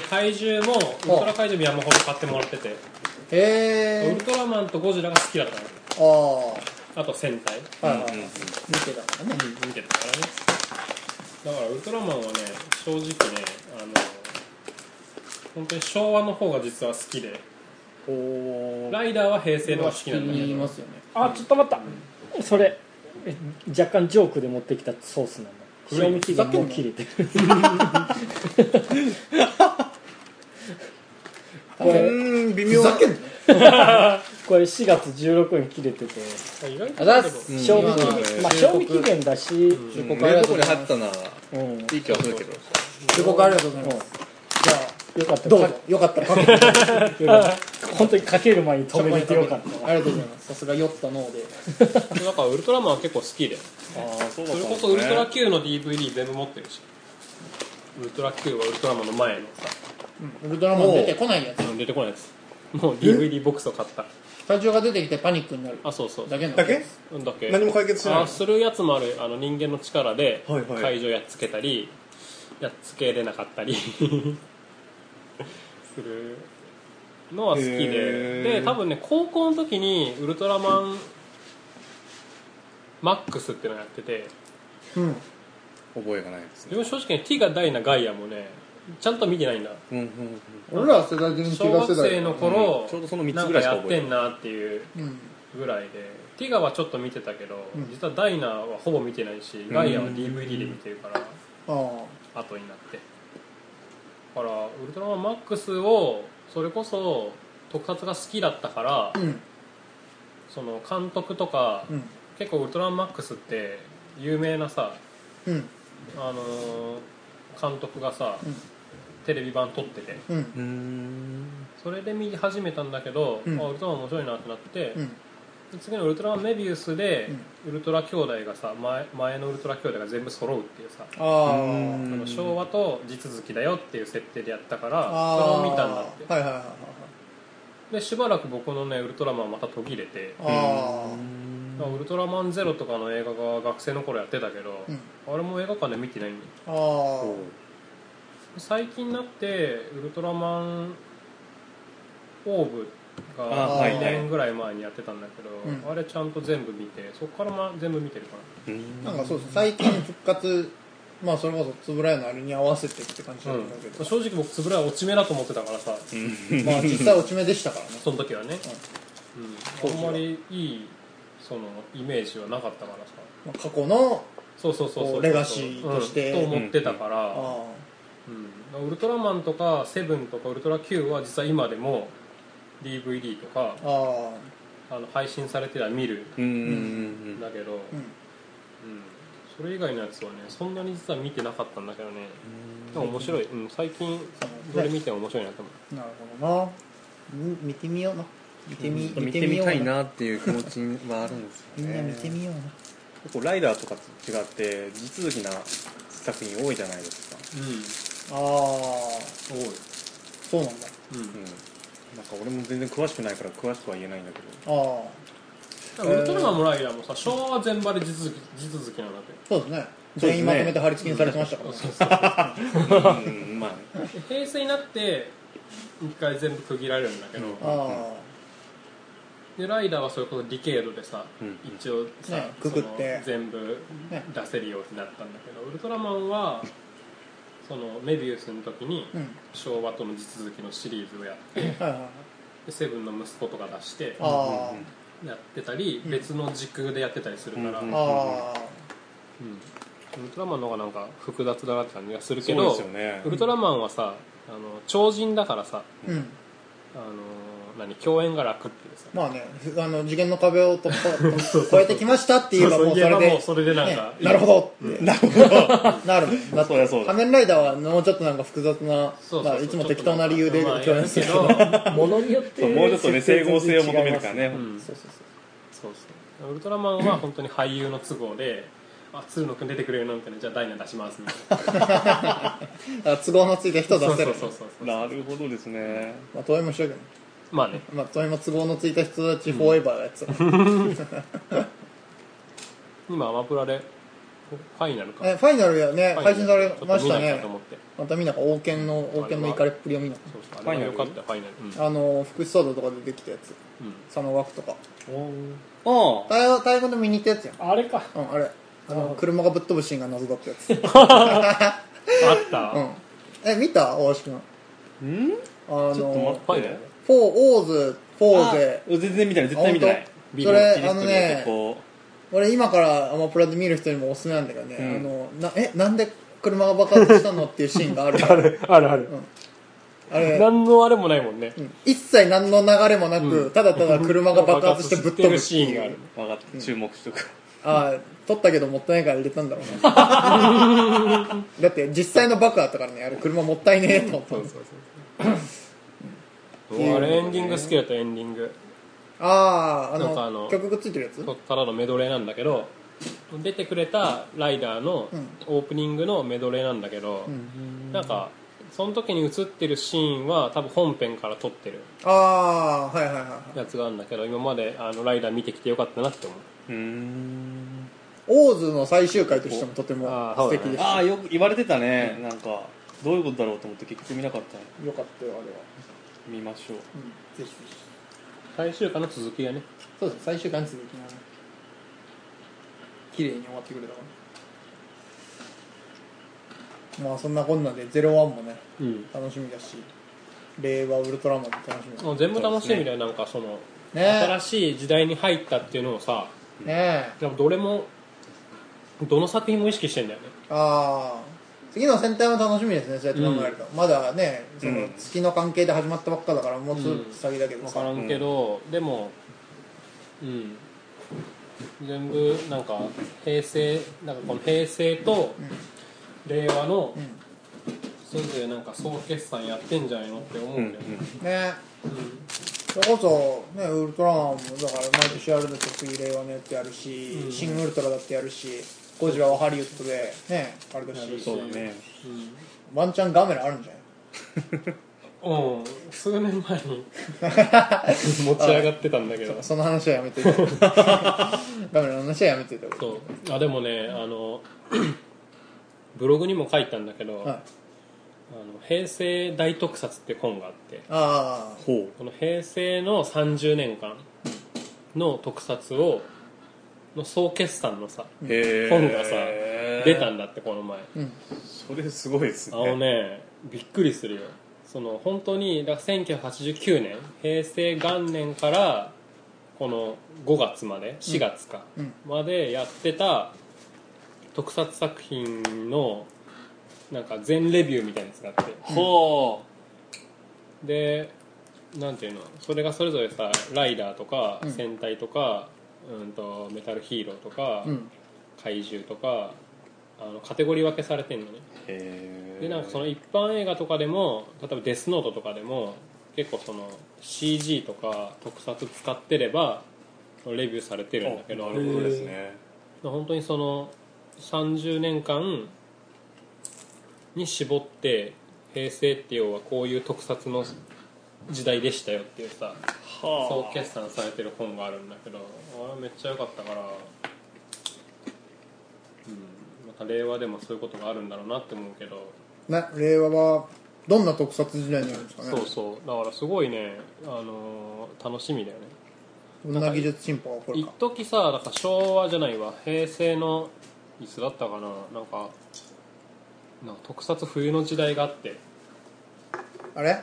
Speaker 1: 怪獣もウルトラ怪獣も山ほど買ってもらってて
Speaker 2: へ
Speaker 1: ウル
Speaker 2: え
Speaker 1: トラマンとゴジラが好きだったの
Speaker 2: ああは
Speaker 1: あと戦隊
Speaker 2: いはいはい
Speaker 3: うんうんうん
Speaker 2: 見てたからね
Speaker 1: 見てたからねだからウルトラマンはね正直ねあの本当に昭和の方が実は好きで
Speaker 3: ほう
Speaker 1: ライダーは平成の方が好きなんだけ
Speaker 2: 言い
Speaker 1: ど
Speaker 2: ますよね
Speaker 4: あちょっと待った、それえ若干ジョークで持ってきたソースなんだ
Speaker 1: 古い
Speaker 4: 賞味期限もう切れてる
Speaker 2: これ
Speaker 3: うーん微
Speaker 2: ふ
Speaker 3: 妙
Speaker 2: ざけんな
Speaker 4: これ4月16日切れてて
Speaker 1: 意外
Speaker 7: あ
Speaker 1: と
Speaker 7: ざっす
Speaker 4: 賞味
Speaker 7: 今の
Speaker 4: 期限まあ賞味期限だし
Speaker 7: 中古ありがとうございます
Speaker 2: たな
Speaker 4: うん
Speaker 7: いい気はするけど中国ありがとうございます
Speaker 4: よかった
Speaker 2: どうぞよかったらかけて
Speaker 4: 本当にかける前に止めれてよかっ
Speaker 2: ありがとうございますさすが酔った脳で
Speaker 1: なんかウルトラマンは結構好きで
Speaker 3: ああそうだ
Speaker 1: そ
Speaker 3: っ
Speaker 1: れこ
Speaker 3: たんです
Speaker 1: そウルトラ Q の DVD 全部持ってるしウルトラ Q はウルトラマンの前の
Speaker 2: ウルトラマン出てこないやつ
Speaker 1: あの出てこないですもう DVD ボックスを買った
Speaker 2: 体調が出てきてパニックになる
Speaker 1: あそうそう
Speaker 2: だけの
Speaker 3: だけ
Speaker 1: うんだっけ
Speaker 3: 何も解決しない
Speaker 1: あするやつもあるあの人間の力で
Speaker 3: はいは
Speaker 1: 怪
Speaker 3: い
Speaker 1: 獣やっつけたり、やっつけれなかったり するのは好き
Speaker 3: へ
Speaker 1: で
Speaker 3: ー
Speaker 1: で多分ね高校の時にウルトラマンマックスっていうのやってて
Speaker 2: うん
Speaker 3: 覚えがないですね
Speaker 1: 自分正直ねティガダイナガイアもねちゃんと見てないんだ
Speaker 3: うんうんうん
Speaker 2: 俺らは世代的に違う世代
Speaker 1: 小学生の頃、
Speaker 3: うんちょうどその三
Speaker 1: な
Speaker 3: つ
Speaker 1: ん
Speaker 3: ぐ
Speaker 1: から
Speaker 3: いしか
Speaker 1: やっ
Speaker 3: 覚
Speaker 1: て
Speaker 3: えて
Speaker 1: ん
Speaker 3: ない
Speaker 1: なっていう
Speaker 2: うん
Speaker 1: ぐらいでティガはちょっと見てたけど、
Speaker 2: うん
Speaker 1: 実はダイナはほぼ見てないしガイアは DVD で見てるから、
Speaker 2: ああ
Speaker 1: 後になってだからウルトラマンマックスをそれこそ特撮が好きだったから、
Speaker 2: うん
Speaker 1: その監督とか、
Speaker 2: うん
Speaker 1: 結構ウルトラマンマックスって有名なさ
Speaker 2: うん
Speaker 1: あのー監督がさ、
Speaker 2: うん
Speaker 1: テレビ版撮ってて
Speaker 2: うん
Speaker 3: うん
Speaker 1: それで見始めたんだけど、
Speaker 2: うん
Speaker 1: あウルトラマン面白いなってなって、
Speaker 2: うん
Speaker 1: で次のウルトラマンメビウスで、ウルトラ兄弟がさ前前のウルトラ兄弟が全部揃うっていうさ、
Speaker 2: ああ
Speaker 1: あの昭和と地続きだよっていう設定でやったから
Speaker 2: ああ
Speaker 1: それを見たんだって
Speaker 2: はいはいはいはい
Speaker 1: でしばらく僕のねウルトラマンまた途切れて
Speaker 2: ああ
Speaker 1: まあウルトラマンゼロとかの映画が学生の頃やってたけど、
Speaker 2: うん
Speaker 1: あれも映画館で見てないんだよ
Speaker 2: ああ
Speaker 1: 最近になってウルトラマンオーブ
Speaker 3: あ
Speaker 1: が
Speaker 2: はい
Speaker 1: 2
Speaker 2: はい
Speaker 1: 年ぐらい前にやってたんだけど
Speaker 2: うん
Speaker 1: あ,、れちゃんと全部見てそこからま全部見てるか
Speaker 3: うん
Speaker 2: なんかそうですね最近復活まあそれこそ円谷のあれに合わせてって感じ
Speaker 1: ら、
Speaker 2: な
Speaker 1: うんん
Speaker 2: だけど、
Speaker 1: 正直僕つぶらは落ち目だと思ってたからさ、
Speaker 2: まあ実際落ち目でしたからね
Speaker 1: その時はね、うんあんまりいいそのイメージはなかったからさ
Speaker 2: まあ過去の
Speaker 1: そうそうそう
Speaker 2: こ
Speaker 1: そうう
Speaker 2: レガシーとして
Speaker 1: うんと思ってたから、
Speaker 2: ああ
Speaker 1: うんウルトラマンとかセブンとかウルトラ Q は実は今でも DVD とか
Speaker 2: ああ
Speaker 1: あの配信されてたら見る
Speaker 3: うんうん
Speaker 1: んだけど、うん
Speaker 2: うん
Speaker 1: それ以外のやつはねそんなに実は見てなかったんだけどねでも面白い、うん、最近どれ見ても面白いなと思う
Speaker 2: なるほどなみ見てみような見てみ,、
Speaker 3: 見てみたいなっていう気持ちはあるんです
Speaker 2: み
Speaker 3: よ
Speaker 2: ん
Speaker 3: ね
Speaker 2: な見てみような
Speaker 3: 結構ライダーとかと違って地続きな作品多いじゃないですか、
Speaker 2: ああ
Speaker 1: うん多い、
Speaker 2: そうなんだ
Speaker 1: うん
Speaker 3: うん、なんか俺も全然詳しくないから詳しくは言えないんだけど
Speaker 2: ああ
Speaker 1: だからウルトラマンもライダーもさ昭和は全場で地続き地続きなんだけ
Speaker 2: そうですね
Speaker 3: そうですね
Speaker 2: 全員まとめて貼り付けにされてましたからね
Speaker 3: うんまあ
Speaker 1: ど平成になって一回全部区切られるんだけど、
Speaker 2: ああ
Speaker 1: でライダーはそれこそディケードでさ、
Speaker 3: うん
Speaker 1: 一応さ、
Speaker 2: ねくくって
Speaker 1: その全部
Speaker 2: ね
Speaker 1: 出せるようになったんだけど、ウルトラマンはそのメビウスの時に
Speaker 2: うん
Speaker 1: 昭和との地続きのシリーズをやって
Speaker 2: はいはいはい
Speaker 1: でセブンの息子とか出して
Speaker 2: ああ、
Speaker 1: やってたり、別の時空でやってたりするから、
Speaker 3: うん
Speaker 1: うん
Speaker 3: うん
Speaker 2: ああ
Speaker 1: ウルトラマンの方がなんか複雑だなって感じがするけ
Speaker 3: そう
Speaker 1: ど、
Speaker 3: ですよね
Speaker 1: ウルトラマンはさあの超人だからさ
Speaker 2: うん
Speaker 1: あの何共演が楽っていうさ
Speaker 2: まあね、ふあの次元の壁 を突破超えてきましたって言えば
Speaker 1: そう
Speaker 2: もう
Speaker 1: そう
Speaker 2: それ
Speaker 1: 言えばも
Speaker 2: で
Speaker 1: うそれでなんか
Speaker 2: ねなるほどってなるほどなるだって
Speaker 3: そうだそうだ
Speaker 2: 仮面ライダーはもうちょっとなんか複雑な
Speaker 1: そうそうそう
Speaker 2: まあいつも適当な理由で
Speaker 1: ちょっと
Speaker 2: 共演するけど
Speaker 1: まあやけど
Speaker 4: たものによって
Speaker 3: そうもうちょっとね整合性を求めるからね、
Speaker 1: うんそうそうそうウルトラマンは本当に俳優の都合で「あ鶴野くん出てくれるな」みたいな「じゃあダイナ出します」みたいな
Speaker 2: あ都合のついた人を出せる
Speaker 1: そうそうそうそう
Speaker 3: なるほどですね
Speaker 2: まあ遠いも白いけどね
Speaker 1: まあね
Speaker 2: まあ遠いも都合のついた人たちフォーエバーのやつえ
Speaker 1: 今アマプラでファイナルか
Speaker 2: ファイナルやね配信されま
Speaker 1: ちょっと
Speaker 2: した
Speaker 1: 見なきゃ
Speaker 2: ね
Speaker 1: と思って
Speaker 2: またみんなが王権の王権の怒りっぷりを見な
Speaker 1: そうそうあれはよかったよファイナル
Speaker 2: あの福士ソードとかでできたやつ
Speaker 1: うんうん
Speaker 2: 佐野枠とか
Speaker 3: ああ
Speaker 2: 大学大学の見に行ったやつやん
Speaker 4: あれか
Speaker 2: うんあれあの車がぶっ飛ぶシーンが謎だったやつ
Speaker 1: あった
Speaker 2: うん、え見た大橋君んあの
Speaker 1: ファイナル
Speaker 2: フォーオーズフォーゼ
Speaker 3: 全然見たい絶対見たい
Speaker 2: それあ
Speaker 3: あ
Speaker 2: の
Speaker 3: の
Speaker 2: ね
Speaker 3: ねこ
Speaker 2: 俺今からアマプラで見る人にもおすすめなんだけどね、
Speaker 3: ん
Speaker 2: あのなえなんで車が爆発したのっていうシーンがある
Speaker 4: あるある
Speaker 2: あれ
Speaker 1: 何のあれもないもんね
Speaker 2: 一切何の流れもなく、ただただ車が爆発してぶっ飛ぶ
Speaker 1: るシーンがある
Speaker 3: 分かった注目しとく
Speaker 2: ああ撮ったけどもったいないから入れたんだろうなだって実際の爆破あったからねあれ車もったいねえと思ったんですよ
Speaker 1: あれエンディング好きだったエンディング
Speaker 2: あああ
Speaker 1: なんかあ
Speaker 2: の
Speaker 1: の
Speaker 2: 曲がついてるやつ
Speaker 1: からのメドレーなんだけど出てくれたライダーのオープニングのメドレーなんだけど、なんかその時に映ってるシーンは多分本編から撮ってる
Speaker 2: ああはいはいはいはい
Speaker 1: やつがあるんだけど今まであのライダー見てきてよかったなって思う
Speaker 3: うん
Speaker 2: オーズの最終回としてもとても
Speaker 1: あー
Speaker 2: 素敵でした
Speaker 3: ああよく言われてたねなんかどういうことだろうと思って結局見なかったの
Speaker 2: よかったよあれは
Speaker 3: 見ましょう
Speaker 2: ぜひぜひ
Speaker 1: 最終回の続きがね
Speaker 2: そうです最終回に続きな綺麗に終わってくれたからまあそんなこんなで「ゼロワンもね
Speaker 1: うん
Speaker 2: 楽しみだし令和ウルトラマンも楽しみだ
Speaker 1: もう全部楽しみだよなんかその
Speaker 2: ね
Speaker 1: 新しい時代に入ったっていうのをさ
Speaker 2: えねえ
Speaker 1: でもどれもどの作品も意識してんだよね
Speaker 2: ああ次の戦隊も楽しみですねそうやって考えると、まだねその月の関係で始まったばっかだからもうちょっと先だけど
Speaker 1: 分
Speaker 2: さ、
Speaker 1: からんけど、でもうん全部なんか平成なんかこの平成と令和の
Speaker 2: ん
Speaker 1: それぞれなんか総決算やってんじゃないのって思うんだよね、
Speaker 2: ねそれこそ、ね、ウルトラマンもだから毎年やるんだけど次令和のやつやるし、シン・ウルトラだってやるしゴジラはハリウッドでねあれだし
Speaker 3: そうだね
Speaker 2: ワンチャンガメラあるんじゃない
Speaker 1: うん数年前 に持ち上がってたんだけど
Speaker 2: その話はやめ ていたガメラの話はやめていただ
Speaker 1: そうあでもねあのブログにも書いたんだけど、
Speaker 2: はい
Speaker 1: あの平成大特撮って本があって
Speaker 2: あ
Speaker 3: ほ
Speaker 1: この平成の30年間の特撮をの総決算のさ
Speaker 3: うへえ
Speaker 1: 本がさ出たんだってこの前
Speaker 3: それすごいです
Speaker 1: あ
Speaker 3: ね
Speaker 1: のねびっくりするよその本当にだから1989年平成元年からこの5月まで4月か、までやってた特撮作品のなんか全レビューみたいなやつがあって
Speaker 3: ほ
Speaker 1: でなんていうのそれがそれぞれさライダーとか戦隊とか、うん、とメタルヒーローとか、
Speaker 2: ん
Speaker 1: 怪獣とかあのカテゴリー分けされてんのね
Speaker 3: うへえ
Speaker 1: でなんかその一般映画とかでも例えば「デスノート」とかでも結構その CG とか特撮使ってればレビューされてるんだけど
Speaker 3: なるほどですね
Speaker 1: 本当にその30年間に絞って平成って要はこういう特撮の時代でしたよっていうさ総決算されてる本があるんだけどあれめっちゃ良かったから、うん、また令和でもそういうことがあるんだろうなって思うけど、
Speaker 2: あね令和はどんな特撮時代になるんですかね
Speaker 1: そうそうだからすごいね、あのー楽しみだよね
Speaker 2: どんな技術進歩が起こる
Speaker 1: 一
Speaker 2: か
Speaker 1: 時さだから昭和じゃないわ平成のいつだったかななんかなんか特撮冬の時代があって
Speaker 2: あれ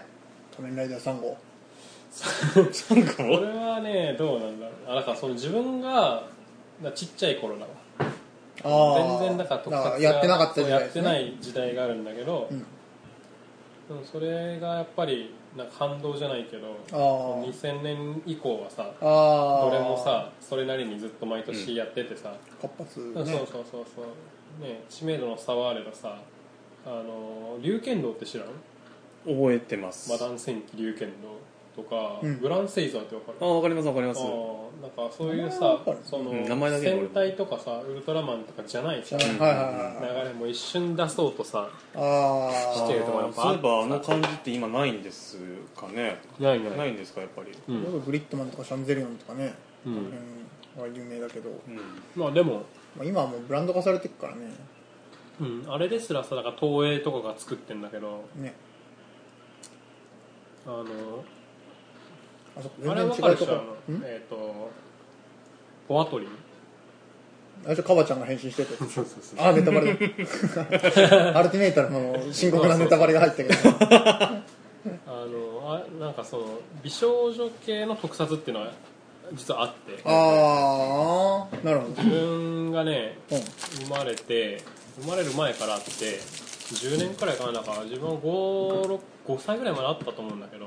Speaker 2: 仮面ライダー3号
Speaker 3: なんか
Speaker 1: これはねどうなんだろうあだからその自分がだちっちゃい頃だわ
Speaker 2: ああ
Speaker 1: 全然だから特撮が
Speaker 2: やってなかった時代
Speaker 1: や
Speaker 2: で
Speaker 1: っ
Speaker 2: す
Speaker 1: て
Speaker 2: ね
Speaker 1: ない時代があるんだけど、
Speaker 2: ん
Speaker 1: でもそれがやっぱりなんか反動じゃないけど
Speaker 2: あー
Speaker 1: 2000年以降はさ
Speaker 2: ああ
Speaker 1: どれもさそれなりにずっと毎年やっててさ、
Speaker 2: 活発
Speaker 1: そう
Speaker 2: ね
Speaker 1: そうそうそう、ね、知名度の差はあればさあの龍剣道って知らん
Speaker 3: 覚えてます
Speaker 1: マダン戦記龍剣道とか、
Speaker 2: うん
Speaker 1: グランセイザーってわかる
Speaker 3: あわかりますわかります
Speaker 1: あーなんかそういうさ
Speaker 2: かる
Speaker 1: その、
Speaker 3: うん名前だけで俺も
Speaker 1: 戦隊とかさウルトラマンとかじゃないさ、
Speaker 2: はいはいはい
Speaker 1: 流
Speaker 2: はい
Speaker 1: れも一瞬出そうとさ
Speaker 2: あ
Speaker 1: し
Speaker 2: あ
Speaker 1: てるとこやっぱ
Speaker 3: そういえばあ
Speaker 1: あ
Speaker 3: の
Speaker 1: っ
Speaker 3: 感じって今ないんですかね
Speaker 1: ないな
Speaker 3: ないんですかやっぱり
Speaker 1: う
Speaker 2: よ
Speaker 1: ん
Speaker 2: くグリッドマンとかシャンゼリオンとかね、
Speaker 1: う
Speaker 2: うん
Speaker 1: ん、
Speaker 2: は有名だけど、
Speaker 3: うん
Speaker 1: まあでも、
Speaker 2: まあ、今はもうブランド化されてるからね
Speaker 1: うん、あれですらさだから東映とかが作ってんだけど
Speaker 2: ね
Speaker 1: あの
Speaker 2: あそこ
Speaker 1: あ
Speaker 2: 全
Speaker 1: れ
Speaker 2: 然
Speaker 1: わか
Speaker 2: 違
Speaker 1: るで
Speaker 2: うと
Speaker 1: し
Speaker 2: こ
Speaker 1: ょあの
Speaker 2: ん
Speaker 1: えっ、とボアトリン
Speaker 2: あれでしょカバちゃんが変身してて ああネタバレだ アルティメイタルの深刻なネタバレが入ったけど
Speaker 1: あのあなんかその美少女系の特撮っていうのは実はあって
Speaker 2: ああなるほど
Speaker 1: 自分がね
Speaker 2: うん
Speaker 1: 生まれて生まれる前からあって10年くらいかなだから自分は 5, 6 5歳ぐらいまであったと思うんだけど、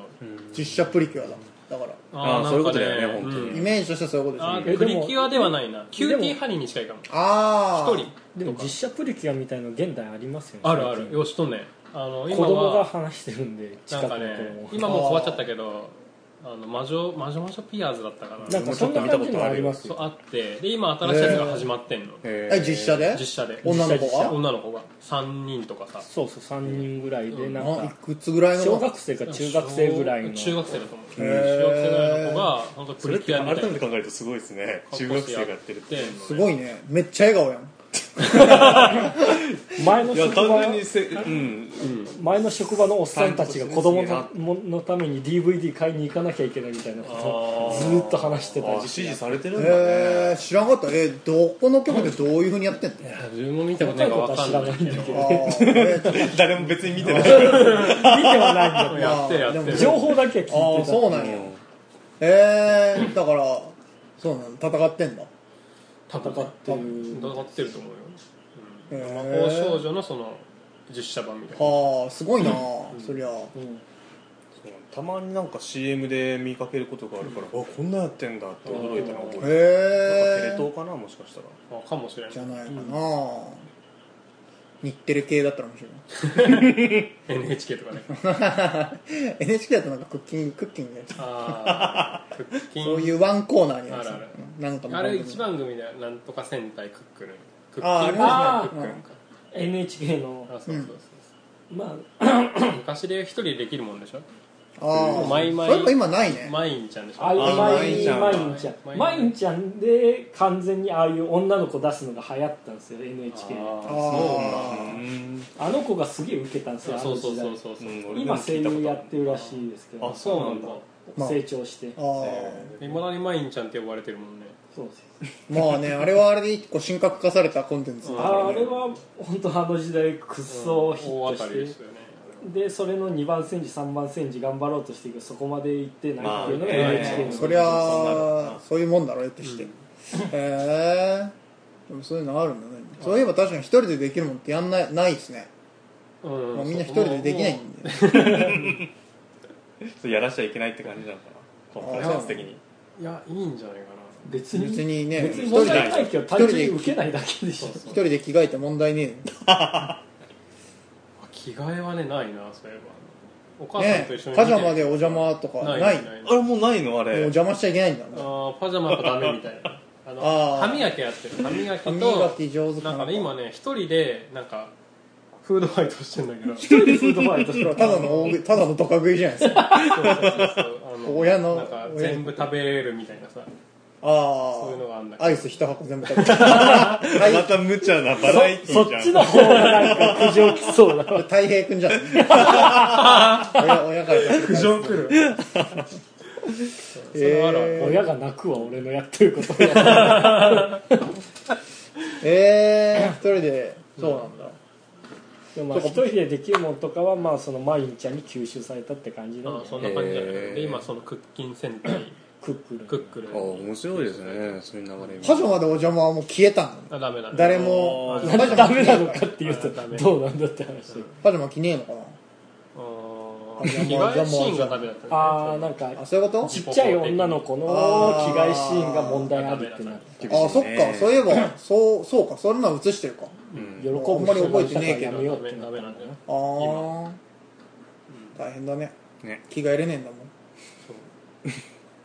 Speaker 2: 実写プリキュアだだから
Speaker 1: あ
Speaker 3: あーそういうことだよね本当
Speaker 1: に
Speaker 2: イメージとしてはそういうことです
Speaker 1: あ
Speaker 2: ね
Speaker 1: ープリキュアではないなキューティ
Speaker 4: で
Speaker 1: ーハニーに近いかも
Speaker 2: ああ
Speaker 1: 一人
Speaker 4: でも実写プリキュアみたいなの現代ありますよね
Speaker 1: あるある
Speaker 4: 最
Speaker 1: よしとねあの
Speaker 4: 近
Speaker 1: 今
Speaker 4: 子
Speaker 1: は
Speaker 4: 供が話してるんで近
Speaker 1: なん
Speaker 4: くの
Speaker 1: か
Speaker 4: 子供
Speaker 1: ね今もう変わっちゃったけどあの魔女魔女魔女ピアーズだったかな
Speaker 4: なんかそんな感じもあります
Speaker 1: そう
Speaker 4: よ
Speaker 1: あってで今新しいやつが始まってんの、
Speaker 3: え
Speaker 2: え実写で
Speaker 1: 実写で
Speaker 2: 女の子
Speaker 4: 実写
Speaker 2: が
Speaker 1: 女の子が3人とかさ
Speaker 4: そうそう3人ぐらいでなん
Speaker 2: あい
Speaker 4: か
Speaker 2: くつぐらいの
Speaker 4: 小学生か中学生ぐらいの
Speaker 1: 中学生だと思う中
Speaker 2: へ
Speaker 1: 学
Speaker 2: ー
Speaker 1: 生ぐらいの子が本当
Speaker 3: そ
Speaker 1: プ
Speaker 3: れ
Speaker 1: リ
Speaker 3: っ
Speaker 1: キ
Speaker 3: て
Speaker 1: ュア
Speaker 3: 改
Speaker 1: みたいな
Speaker 3: めて考えるとすごいですね中学生がやってるって
Speaker 2: す
Speaker 1: す
Speaker 2: ご
Speaker 1: い
Speaker 2: いねめっちゃ笑顔やん
Speaker 4: 前の
Speaker 3: いや
Speaker 4: 職
Speaker 3: 完
Speaker 4: 場
Speaker 3: 全にせ、うん、
Speaker 4: 前の職場のおっさんたちが子供ののために DVD 買いに行かなきゃいけないみたいなことをずーっと話して
Speaker 3: あ
Speaker 4: た
Speaker 3: 支持されてるんだね、
Speaker 2: えー、知らんかったえどこの局でどういうふうにやってんの
Speaker 1: 自分も見たことな
Speaker 4: 若
Speaker 1: い
Speaker 4: い
Speaker 1: か
Speaker 4: こ
Speaker 1: ら
Speaker 4: と
Speaker 1: 分か
Speaker 4: は知
Speaker 1: ん
Speaker 4: ら
Speaker 1: な
Speaker 4: ない
Speaker 1: け
Speaker 4: いん だ
Speaker 1: ど
Speaker 2: あ
Speaker 4: けど
Speaker 2: ーえーちょっ
Speaker 3: 誰も別に見てないから
Speaker 4: 見てはないんだ
Speaker 1: やってるやって
Speaker 4: け
Speaker 1: る
Speaker 4: ど情報だけは
Speaker 2: とあ
Speaker 4: 聞い
Speaker 2: あ
Speaker 4: て
Speaker 2: そう
Speaker 4: た
Speaker 2: なんやえー、だからそうなの戦ってんだ
Speaker 1: 多分
Speaker 4: 戦ってる
Speaker 1: 戦ってると思うよ
Speaker 2: へー
Speaker 1: 魔法少女のその実写版みたいな
Speaker 2: はあすごいな、そりゃ
Speaker 3: たまになんか CM で見かけることがあるから、あこんなやってんだって驚いたのを覚
Speaker 2: へ
Speaker 3: えてるなんかテレ
Speaker 2: え
Speaker 3: 東かなもしかしたら
Speaker 1: あかもしれない
Speaker 2: じゃないかな、日テレ系だったら面白い
Speaker 1: NHK とかね
Speaker 2: な NHK だとなんかクッキングクッキングや
Speaker 1: ああクッキン
Speaker 2: そういうワンコーナーにある
Speaker 1: あ
Speaker 2: さ
Speaker 1: るある
Speaker 2: なんかの
Speaker 1: あ
Speaker 2: 番
Speaker 1: れ
Speaker 2: 組
Speaker 1: 一番組でなんとか戦隊クックルンクッ
Speaker 2: あー
Speaker 1: キング
Speaker 2: あ
Speaker 1: あ
Speaker 2: り
Speaker 1: クッ
Speaker 2: ますね
Speaker 1: クルンか
Speaker 4: NHK の
Speaker 1: あそうそうそう
Speaker 4: ま
Speaker 1: そう昔で一人できるもんでしょ
Speaker 2: ああ
Speaker 1: マイマイ
Speaker 2: それも今ないね
Speaker 1: マインちゃんでしょ
Speaker 4: ああいう
Speaker 3: あ
Speaker 4: マインちゃん
Speaker 3: マ
Speaker 4: マ
Speaker 3: イ
Speaker 4: イ
Speaker 1: ン
Speaker 4: ン
Speaker 1: ち
Speaker 4: ち
Speaker 1: ゃ
Speaker 4: ゃ
Speaker 1: ん
Speaker 4: んマインちゃんで完全にああいう女の子出すのが流行ったんですよ NHK
Speaker 1: あー
Speaker 2: あ
Speaker 3: う
Speaker 2: あ
Speaker 3: ん、
Speaker 4: あの子がすげえウケたんですよあ
Speaker 1: そ
Speaker 4: の
Speaker 1: うそう
Speaker 4: 時代
Speaker 1: そうそうそう
Speaker 3: うん、
Speaker 4: 今声優やってるらしいですけ
Speaker 3: あ
Speaker 4: ど
Speaker 3: そうなんだ
Speaker 2: まあ
Speaker 4: 成長して
Speaker 2: ああ
Speaker 1: いまだにマインちゃんって呼ばれてるもんね
Speaker 4: そうですよ
Speaker 2: まあねあれはあれで一個神格化されたコンテンツだからね
Speaker 4: あれは本当あの時代くっそヒ
Speaker 1: 大
Speaker 4: ット
Speaker 1: 当
Speaker 4: した
Speaker 1: りで
Speaker 4: て
Speaker 1: すよね
Speaker 4: でそれの2番戦時3番戦時頑張ろうとしていくそこまで行ってないっていうのが
Speaker 3: まあね
Speaker 4: NHK の
Speaker 2: そりゃあそういうもんだろうってして、へえでもそういうのあるんだねそういえば確かに一人でできるもんってやんないないですね
Speaker 1: うん
Speaker 2: もうみんな一人でできない
Speaker 1: も
Speaker 2: んで
Speaker 3: そうやらしちゃいけないって感じなのかなコンプライアンス的に
Speaker 1: ういやいいんじゃないか
Speaker 4: 別に
Speaker 2: 別にね
Speaker 4: 別
Speaker 2: 一
Speaker 4: に
Speaker 2: 人
Speaker 4: 問
Speaker 2: で
Speaker 4: 題提起は単純に受けないだけでしょ
Speaker 2: 一人で着替えて問題ね
Speaker 1: な着替えはねないなそういえばお母
Speaker 2: え
Speaker 1: さん
Speaker 2: ね
Speaker 1: と一緒
Speaker 2: え
Speaker 1: に
Speaker 2: パジャマでお邪魔とか
Speaker 1: な
Speaker 2: ないい
Speaker 1: ない
Speaker 3: あれもうないのあ
Speaker 2: もう
Speaker 3: れ
Speaker 2: 邪魔しちゃいけないんだね
Speaker 1: あーパジャマやっぱダメみたい なあの
Speaker 2: あー
Speaker 1: 歯磨きやってる歯磨き
Speaker 2: 歯
Speaker 1: と
Speaker 2: 磨き上手か
Speaker 1: な
Speaker 2: なん
Speaker 1: かね今ね一人でなんかフードファイトしてんだけど
Speaker 4: 一人でフードファイトし
Speaker 2: それ
Speaker 4: ろ
Speaker 2: はただの大食いただのドカ食いじゃないですか
Speaker 1: そうそうそうそうあ
Speaker 2: 親の
Speaker 1: なんか全部食べれるみたいなさ
Speaker 2: あ
Speaker 1: そういうのがあんだけ
Speaker 2: あ
Speaker 1: ど
Speaker 2: アイス一箱全部食べて はい
Speaker 3: また無茶なバラエティ
Speaker 4: そ
Speaker 3: ーじゃ
Speaker 4: っ
Speaker 3: ん
Speaker 4: ちの方がなんか苦情きそうだ
Speaker 2: 太平君じ ゃん親親から苦情
Speaker 1: 来る
Speaker 2: え
Speaker 1: れはある
Speaker 2: ー
Speaker 4: 親が泣くわ俺のやってる こと
Speaker 2: えー、一人でそうなんだ
Speaker 4: でもまあ一人でできるもんとかはまあそのマインちゃんに吸収されたって感じ
Speaker 1: あ
Speaker 4: なん
Speaker 1: ー
Speaker 4: で
Speaker 1: そんな感じだよね
Speaker 3: へー
Speaker 1: で今そのクッキン戦隊
Speaker 4: クックルン
Speaker 1: クックル
Speaker 3: あ面白いですねそういう流れ
Speaker 2: パジャマでお邪魔はもう消えたんだ
Speaker 1: あダメだね
Speaker 2: 誰も
Speaker 1: あー
Speaker 2: パジャマ
Speaker 4: ダメなのかっていうと
Speaker 1: あダメ
Speaker 4: どうなんだって話で
Speaker 2: パジャマ着ねえのかな
Speaker 1: あー着替えシーンがダメだったね
Speaker 4: ああなんか
Speaker 2: あそういうこと
Speaker 4: ちっちゃい女の子の着替えシーンが問題あるってなる
Speaker 2: あそっかそういえばそうそうかそんなの映してるか
Speaker 4: 喜ぶ
Speaker 2: あんまり
Speaker 4: 人
Speaker 2: 覚
Speaker 4: が
Speaker 2: え
Speaker 4: い
Speaker 2: て
Speaker 4: たか
Speaker 2: ね
Speaker 4: ら
Speaker 2: えけ
Speaker 4: や
Speaker 2: ど
Speaker 4: めようって
Speaker 1: ダ
Speaker 4: な
Speaker 1: メなんだよね
Speaker 2: あー大変だね
Speaker 3: ね
Speaker 2: 着替えれねえんだもん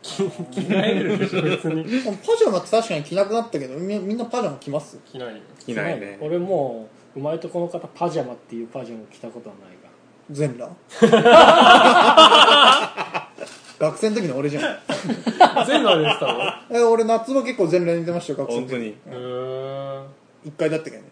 Speaker 1: 着替えるでしょ別 に
Speaker 2: パジャマって確かに着なくなったけどみみんなパジャマ着ます
Speaker 1: 着ないよ
Speaker 3: いないね
Speaker 4: 俺もう生まれてこの方パジャマっていうパジャマを着たことはないが
Speaker 2: 全裸学生の時の俺じゃん
Speaker 1: 全裸でしたの
Speaker 2: え俺夏場結構全裸に出ましたよ学生の
Speaker 3: 本
Speaker 2: 時
Speaker 3: 当に
Speaker 1: うーん
Speaker 2: 一階だったけど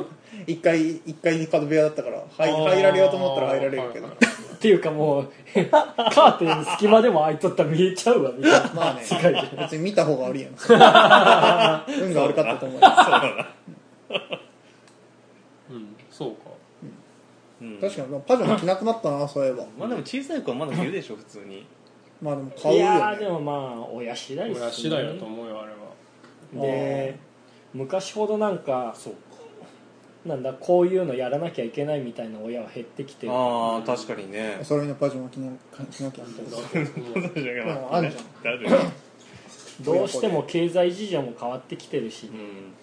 Speaker 2: ね 一階一階に角部屋だったから入入られようと思ったら入られるけど
Speaker 1: あ
Speaker 4: っていうかもうカーテン隙間でも開いとったら見えちゃうわみたいな
Speaker 2: まあね
Speaker 4: 世界で
Speaker 2: 別に見た方が悪いやん 運が悪かったと思う
Speaker 1: うんそうか
Speaker 3: うん
Speaker 2: 確かにパジャマ着なくなったなそういえば
Speaker 3: まあでも小さい子はまだ着るでしょ普通に
Speaker 2: まあでも買う
Speaker 4: い
Speaker 2: よ
Speaker 4: やー
Speaker 2: ね
Speaker 4: でもまあ親次第です
Speaker 1: 俺は次第だと思うよあれは
Speaker 4: で昔ほどなんかなんだこういうのやらなきゃいけないみたいな親は減ってきてる
Speaker 3: ああ確かにね
Speaker 2: お揃いのパジャマ着な着なきゃみたいな
Speaker 3: 確かに
Speaker 2: うんあるじゃん
Speaker 3: 大丈夫
Speaker 4: どうしても経済事情も変わってきてるし、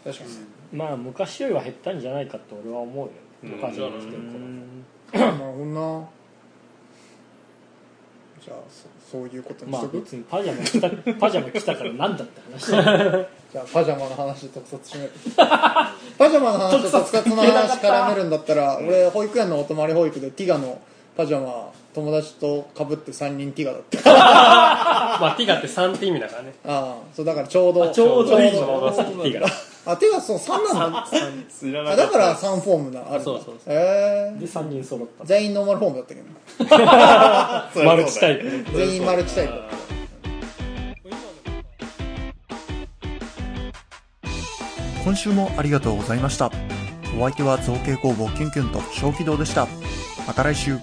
Speaker 2: 確かに
Speaker 4: まあ昔よりは減ったんじゃないかと俺は思うよ
Speaker 3: うん
Speaker 4: お母ちゃんが来てる
Speaker 3: う
Speaker 4: 頃
Speaker 3: ん
Speaker 2: なるほどなじゃあそそういうことに
Speaker 4: ま
Speaker 2: し
Speaker 4: あ
Speaker 2: とく、
Speaker 4: 別にパジャマ着たパジャマ着たからなんだって話 だ
Speaker 2: じゃあパジャマの話で特撮締める パジャマの話と特撮の話絡めるんだったら俺保育園のお泊まり保育でティガのパジャマ友達とかぶって3人ティガ だった
Speaker 1: まあティガって3って意味だからね
Speaker 2: ああそうだからちょうど
Speaker 4: ちょうどいいじ
Speaker 1: テ
Speaker 4: ゃん
Speaker 1: ィガ
Speaker 2: あティガそう3なんだ
Speaker 3: 知ら
Speaker 2: あ
Speaker 3: なか
Speaker 2: だ
Speaker 3: っ
Speaker 2: から3フォームだある
Speaker 1: そうそうそ
Speaker 2: え
Speaker 4: で3人揃った
Speaker 2: ー、全員ノーマルフォームだったけど
Speaker 3: たそりゃ
Speaker 4: マルチタ
Speaker 3: そう
Speaker 4: イプ
Speaker 2: 全員マルチタイプ
Speaker 5: 今週もありがとうございましたお相手は造形工房キュンキュンと小気道でしたまた来週